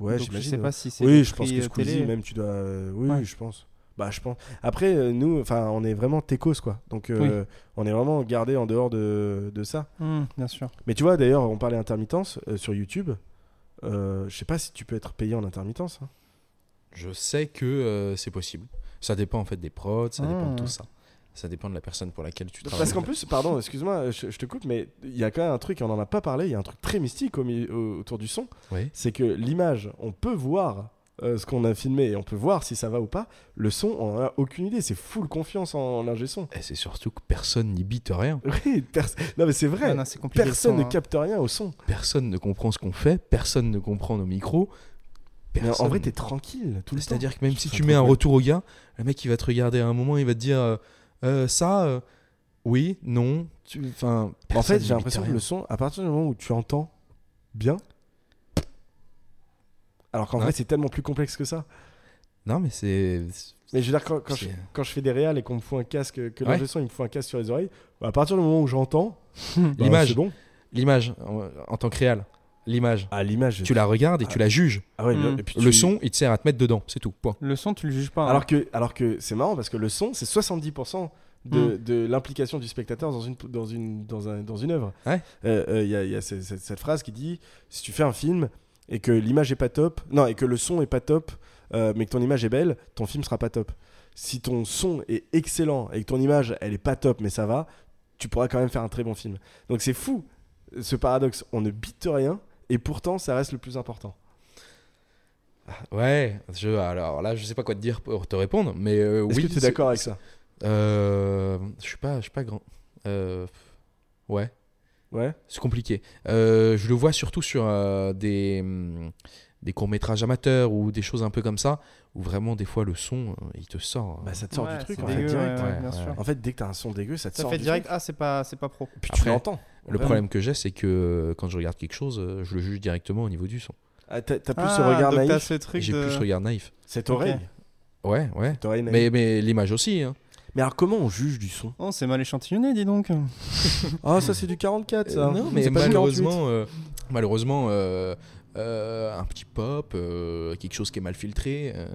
Ouais,
Donc, je
j'imagine,
sais
ouais.
pas si c'est.
Oui,
des
je pense
prix,
que
euh,
Squeezie,
télé.
même, tu dois. euh, oui,
Ouais.
oui, je pense. Bah, je pense. Après, euh, nous, enfin, on est vraiment techos, quoi. Donc, euh, on est vraiment gardé en dehors de, de ça.
Hum, bien sûr.
Mais tu vois, d'ailleurs, on parlait intermittence euh, sur YouTube. Euh, je sais pas si tu peux être payé en intermittence. hein.
Je sais que euh, c'est possible. Ça dépend en fait des prods, ça dépend de
Ah.
tout ça. Ça dépend de la personne pour laquelle tu travailles.
Parce qu'en plus, pardon, excuse-moi, euh, je, je te coupe, mais il y a quand même un truc, on n'en a pas parlé, il y a un truc très mystique au mi- au- autour du son.
Ouais.
C'est que l'image, on peut voir euh, ce qu'on a filmé et on peut voir si ça va ou pas. Le son, on n'en a aucune idée. C'est full confiance en, en ingé son.
Et c'est surtout que personne n'y bite rien.
Oui, pers- non, mais c'est vrai.
Ah non, c'est compliqué, le
Personne
son,
ne
hein.
capte rien au son.
Personne ne comprend ce qu'on fait, personne ne comprend nos micros.
Mais en
personne-
vrai, t'es tranquille tout le temps.
C'est-à-dire que même si
Ça
tu
me
mets un
trouble.
retour au gars, le mec il va te regarder à un moment, il va te dire euh, Euh, ça, euh, oui, non. tu- Enfin,
En
personne
fait,
n'y
j'ai
bite
l'impression que
rien.
le son, à partir du moment où tu entends bien, alors qu'en
Ouais.
vrai, c'est tellement plus complexe que ça.
Non, mais c'est.
Mais je veux dire, quand, quand je,
C'est-
quand je fais des réals et qu'on me fout un casque, que
Ouais.
l'ingé son, il me fout un casque sur les oreilles, bah, à partir du moment où j'entends, bah,
L'image.
c'est bon.
L'image, en, en tant que réal, l'image,
Ah, l'image.
tu la regardes et tu la juges.
Ah ouais,
Mm.
et puis
Le
tu-
son, il te sert à te mettre dedans, c'est tout. Point.
Le son, tu le juges pas. hein.
Alors que, alors que c'est marrant parce que le son, c'est 70% de, de l'implication du spectateur dans une, dans une, dans un, dans une œuvre.
Ouais.
Euh, euh, Il y a, il y a ce- ce- cette, phrase qui dit si tu fais un film et que l'image est pas top, non, et que le son est pas top, euh, mais que ton image est belle, ton film sera pas top. Si ton son est excellent et que ton image, elle est pas top, mais ça va, tu pourras quand même faire un très bon film. Donc c'est fou ce paradoxe. On ne bite rien et pourtant ça reste le plus important.
Ouais, je, alors là, je sais pas quoi te dire pour te répondre, mais euh,
Est-ce
oui.
que tu es
c'est-
d'accord avec ça
Euh, Je suis pas, je suis pas grand. Euh, ouais.
Ouais.
C'est compliqué. Euh, je le vois surtout sur euh, des, hum, des courts-métrages amateurs ou des choses un peu comme ça, où vraiment des fois le son, euh, il te sort.
Bah ça te sort
Ouais,
du truc
c'est
en fait,
dégueu,
direct.
ouais, ouais,
Ouais,
bien
ouais.
sûr.
En fait, dès que t'as un son dégueu, ça te
Ça
sort
fait
du
direct,
truc.
ah, c'est pas, c'est pas pro.
Puis tu
Après,
l'entends.
Le
Vraiment.
problème que j'ai, c'est que euh, quand je regarde quelque chose, euh, je le juge directement au niveau du son.
Ah, t'as, t'as plus
ah,
ce regard
donc t'as
naïf,
ce truc
J'ai
de-
plus ce regard naïf.
cette
Ok.
oreille.
Ouais, ouais.
Cette oreille naïve.
Mais, mais l'image aussi. Hein.
Mais... alors, comment on juge du son
Oh, c'est mal échantillonné, dis donc.
Ah, ça, c'est du 44, ça.
Euh, non, mais
C'est pas du 48.
malheureusement, euh, malheureusement euh, euh, un petit pop, euh, quelque chose qui est mal filtré. euh,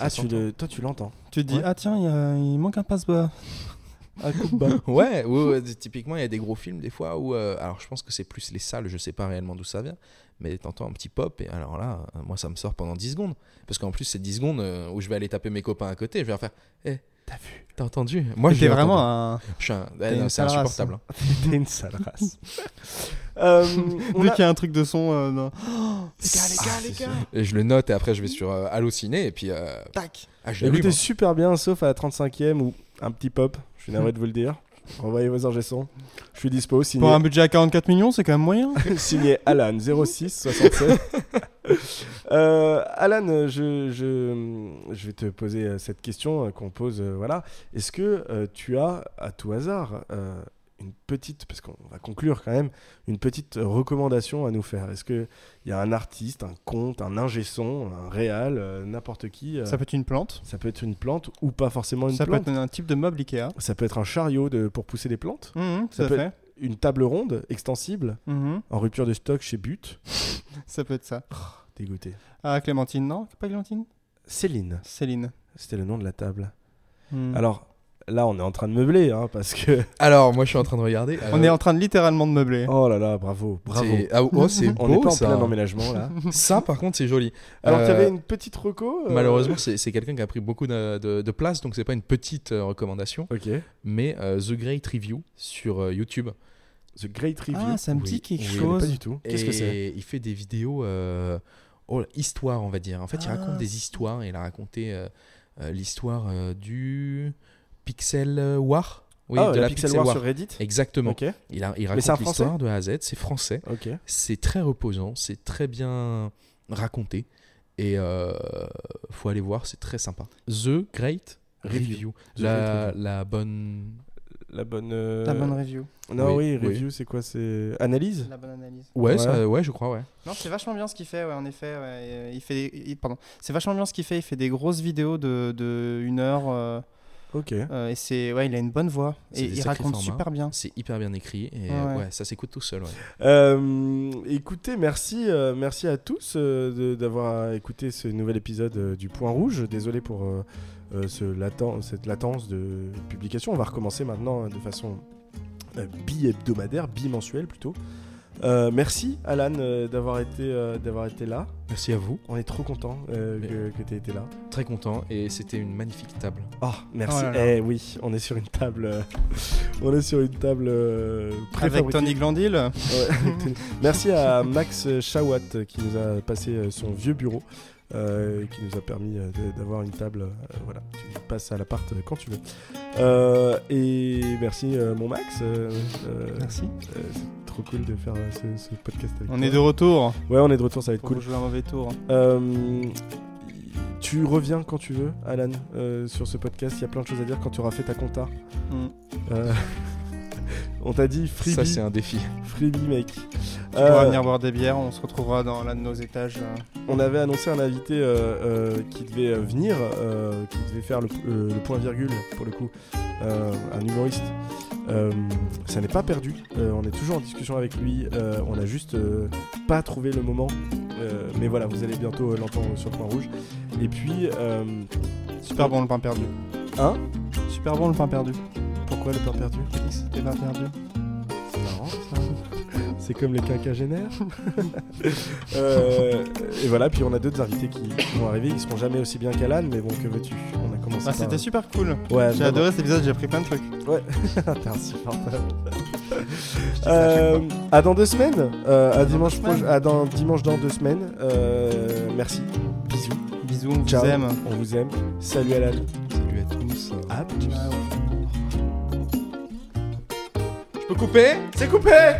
Ah,
ça
tu le- toi, tu l'entends.
Tu te dis,
Ouais.
ah tiens, il y a- il manque un passe-bas.
Ah, coupe bas.
Ouais, ouais, ouais, d- typiquement, il y a des gros films des fois où. euh, alors, je pense que c'est plus les salles, je sais pas réellement d'où ça vient, mais t'entends un petit pop, et alors là, euh, moi, ça me sort pendant 10 secondes. Parce qu'en plus, c'est 10 secondes euh, où je vais aller taper mes copains à côté, je vais leur faire. Eh,
T'as vu
T'as entendu Moi,
T'es
j'ai
vraiment
entendu.
un.
Je suis un-
t'es
eh non,
une sale
C'est
race,
insupportable. hein.
T'es une sale race. Euh, on
Dès
a-
qu'il y a un truc de son. euh, dans-
Ah, c'est
Eh
sûr. Et je le note et après je vais sur euh, Allociné et puis. euh,
Tac
Ah, je l'allume.
Écoutez super bien, sauf à la 35e ou un petit pop. Je suis navré de vous le dire. Envoyez vos ingé sons. Je suis dispo. Signé,
Pour un budget à 44 millions, c'est quand même moyen.
signé Alan 06 67. Euh, Alan, je, je, je vais te poser euh, cette question euh, qu'on pose. euh, voilà. Est-ce que euh, tu as, à tout hasard, euh, une petite, parce qu'on va conclure quand même, une petite recommandation à nous faire Est-ce qu'il y a un artiste, un conte, un ingé son, un réal, euh, n'importe qui euh,
Ça peut être une plante.
ça peut être une plante ou pas forcément une
Ça
plante.
peut être un type de meuble Ikea.
Ça peut être un chariot de, pour pousser des plantes,
Mhm, tout
Ça
à
peut
fait.
une table ronde extensible
Mhm,
en rupture de stock chez But.
Ça peut être ça.
Dégoûté.
Ah, Clémentine, non Pas Clémentine
Céline,
Céline.
c'était le nom de la table.
Mhm.
Alors là, on est en train de meubler hein, parce que.
Alors, moi, je suis en train de regarder.
On
euh,
est en train de littéralement de meubler.
Oh là là, bravo, bravo.
oh, c'est
On n'est
beau
pas en
ça.
plein emménagement là.
Ça, par contre, c'est joli.
Alors
Euh,
tu avais une petite reco euh,
Malheureusement, c'est c'est quelqu'un qui a pris beaucoup de, de- de place, donc c'est pas une petite euh, recommandation,
Ok.
mais euh, The Great Review sur euh, YouTube.
The Great Review.
Ah, ça me dit
Oui,
quelque
Je connais pas
chose.
du tout. Qu'est-ce que c'est
Et il fait des vidéos, euh, oh, histoire, on va dire. En fait, il
Ah.
raconte des histoires. et Il a raconté euh, euh, l'histoire euh, du Pixel War. Oui,
Ah,
de la Pixel War.
sur Reddit.
Exactement.
Ok,
Il, a-
c'est
il
un
raconte
Français
l'histoire de A à Z. C'est français.
ok.
C'est très reposant. C'est très bien raconté. Et euh, faut aller voir. C'est très sympa. The Great Review.
Review. The
La,
Great
la bonne.
La bonne. euh,
La bonne review.
Non, oui,
Oui, oui.
review, c'est quoi C'est analyse
La bonne analyse.
Ouais,
Ouais.
ça- ouais, je crois, ouais.
Non, c'est vachement bien ce qu'il fait, ouais, en effet. ouais, et, euh, il fait, il- pardon. C'est vachement bien ce qu'il fait. Il fait des grosses vidéos de, de une heure. euh,
Ok.
euh, et c'est, ouais, il a une bonne voix.
C'est
Et
des
il
sacrés
raconte
formats.
hein.
super bien.
C'est hyper bien écrit et
Ouais.
ouais, ça s'écoute tout seul. ouais.
Euh, écoutez, merci, euh, merci à tous euh, de- d'avoir écouté ce nouvel épisode euh, du Point Rouge. Désolé pour euh, euh, ce laten- cette latence de publication. On va recommencer maintenant euh, de façon euh, bi-hebdomadaire, bimensuelle plutôt. Euh, merci Alan euh, d'avoir été, euh, d'avoir été là.
Merci à vous.
On est trop content euh,
Mais-
que, tu aies été là.
Très content et c'était une magnifique table.
Oh, merci.
Oh là là.
Eh oui, on est sur une table. euh, on est sur une table euh,
Avec
préfabriquée.
Tony Glandil.
Ouais, avec Tony. Merci à Max Chawat euh, qui nous a passé euh, son vieux bureau euh, et qui nous a permis euh, de- d'avoir une table. euh, voilà, tu passes à l'appart euh, quand tu veux. Euh, et merci euh, mon Max. euh, euh,
Merci.
euh, c'est trop cool de faire euh, ce, ce podcast avec
On
toi.
est de retour
Ouais, on est de retour, ça va être
pour
cool.
vous jouer un mauvais tour.
Euh, tu reviens quand tu veux, Alan, euh, sur ce podcast. Il y a plein de choses à dire quand tu auras fait ta compta.
Mm.
Euh, on t'a dit
Ça,
freebie,
c'est un défi.
freebie mec.
Tu
Euh,
pourras venir boire des bières. On se retrouvera dans l'un de nos étages. euh,
On avait annoncé un invité euh, euh, qui devait euh, venir, euh, qui devait faire le, euh, le point virgule pour le coup, euh, un humoriste. Euh, ça n'est pas perdu, euh, on est toujours en discussion avec lui, euh, on a juste euh, pas trouvé le moment. Euh, mais voilà, vous allez bientôt euh, l'entendre sur le point rouge. Et puis, euh,
Super bon le pain perdu.
Hein
Super bon le pain perdu.
pourquoi le temps perdu
Félix, t'es pas perdu.
C'est marrant ça. C'est comme les quinquagénaires. Euh, et voilà, puis on a d'autres invités qui, qui vont arriver, ils seront jamais aussi bien qu'Alan, mais bon, que veux-tu On a commencé
Ah,
par-
C'était super cool.
Ouais,
J'ai
vraiment.
adoré cet épisode. J'ai appris plein de trucs.
T'es insupportable.
Je dis ça à chaque
Euh, à dans deux semaines. euh, à, dimanche
deux
proche-
semaines.
à dans, dimanche dans deux semaines. Euh, merci. Bisous.
fois. Bisous. On
Ciao.
vous aime. Ah,
On vous aime. Salut Alan.
Salut à tous.
À
Je peux couper
C'est coupé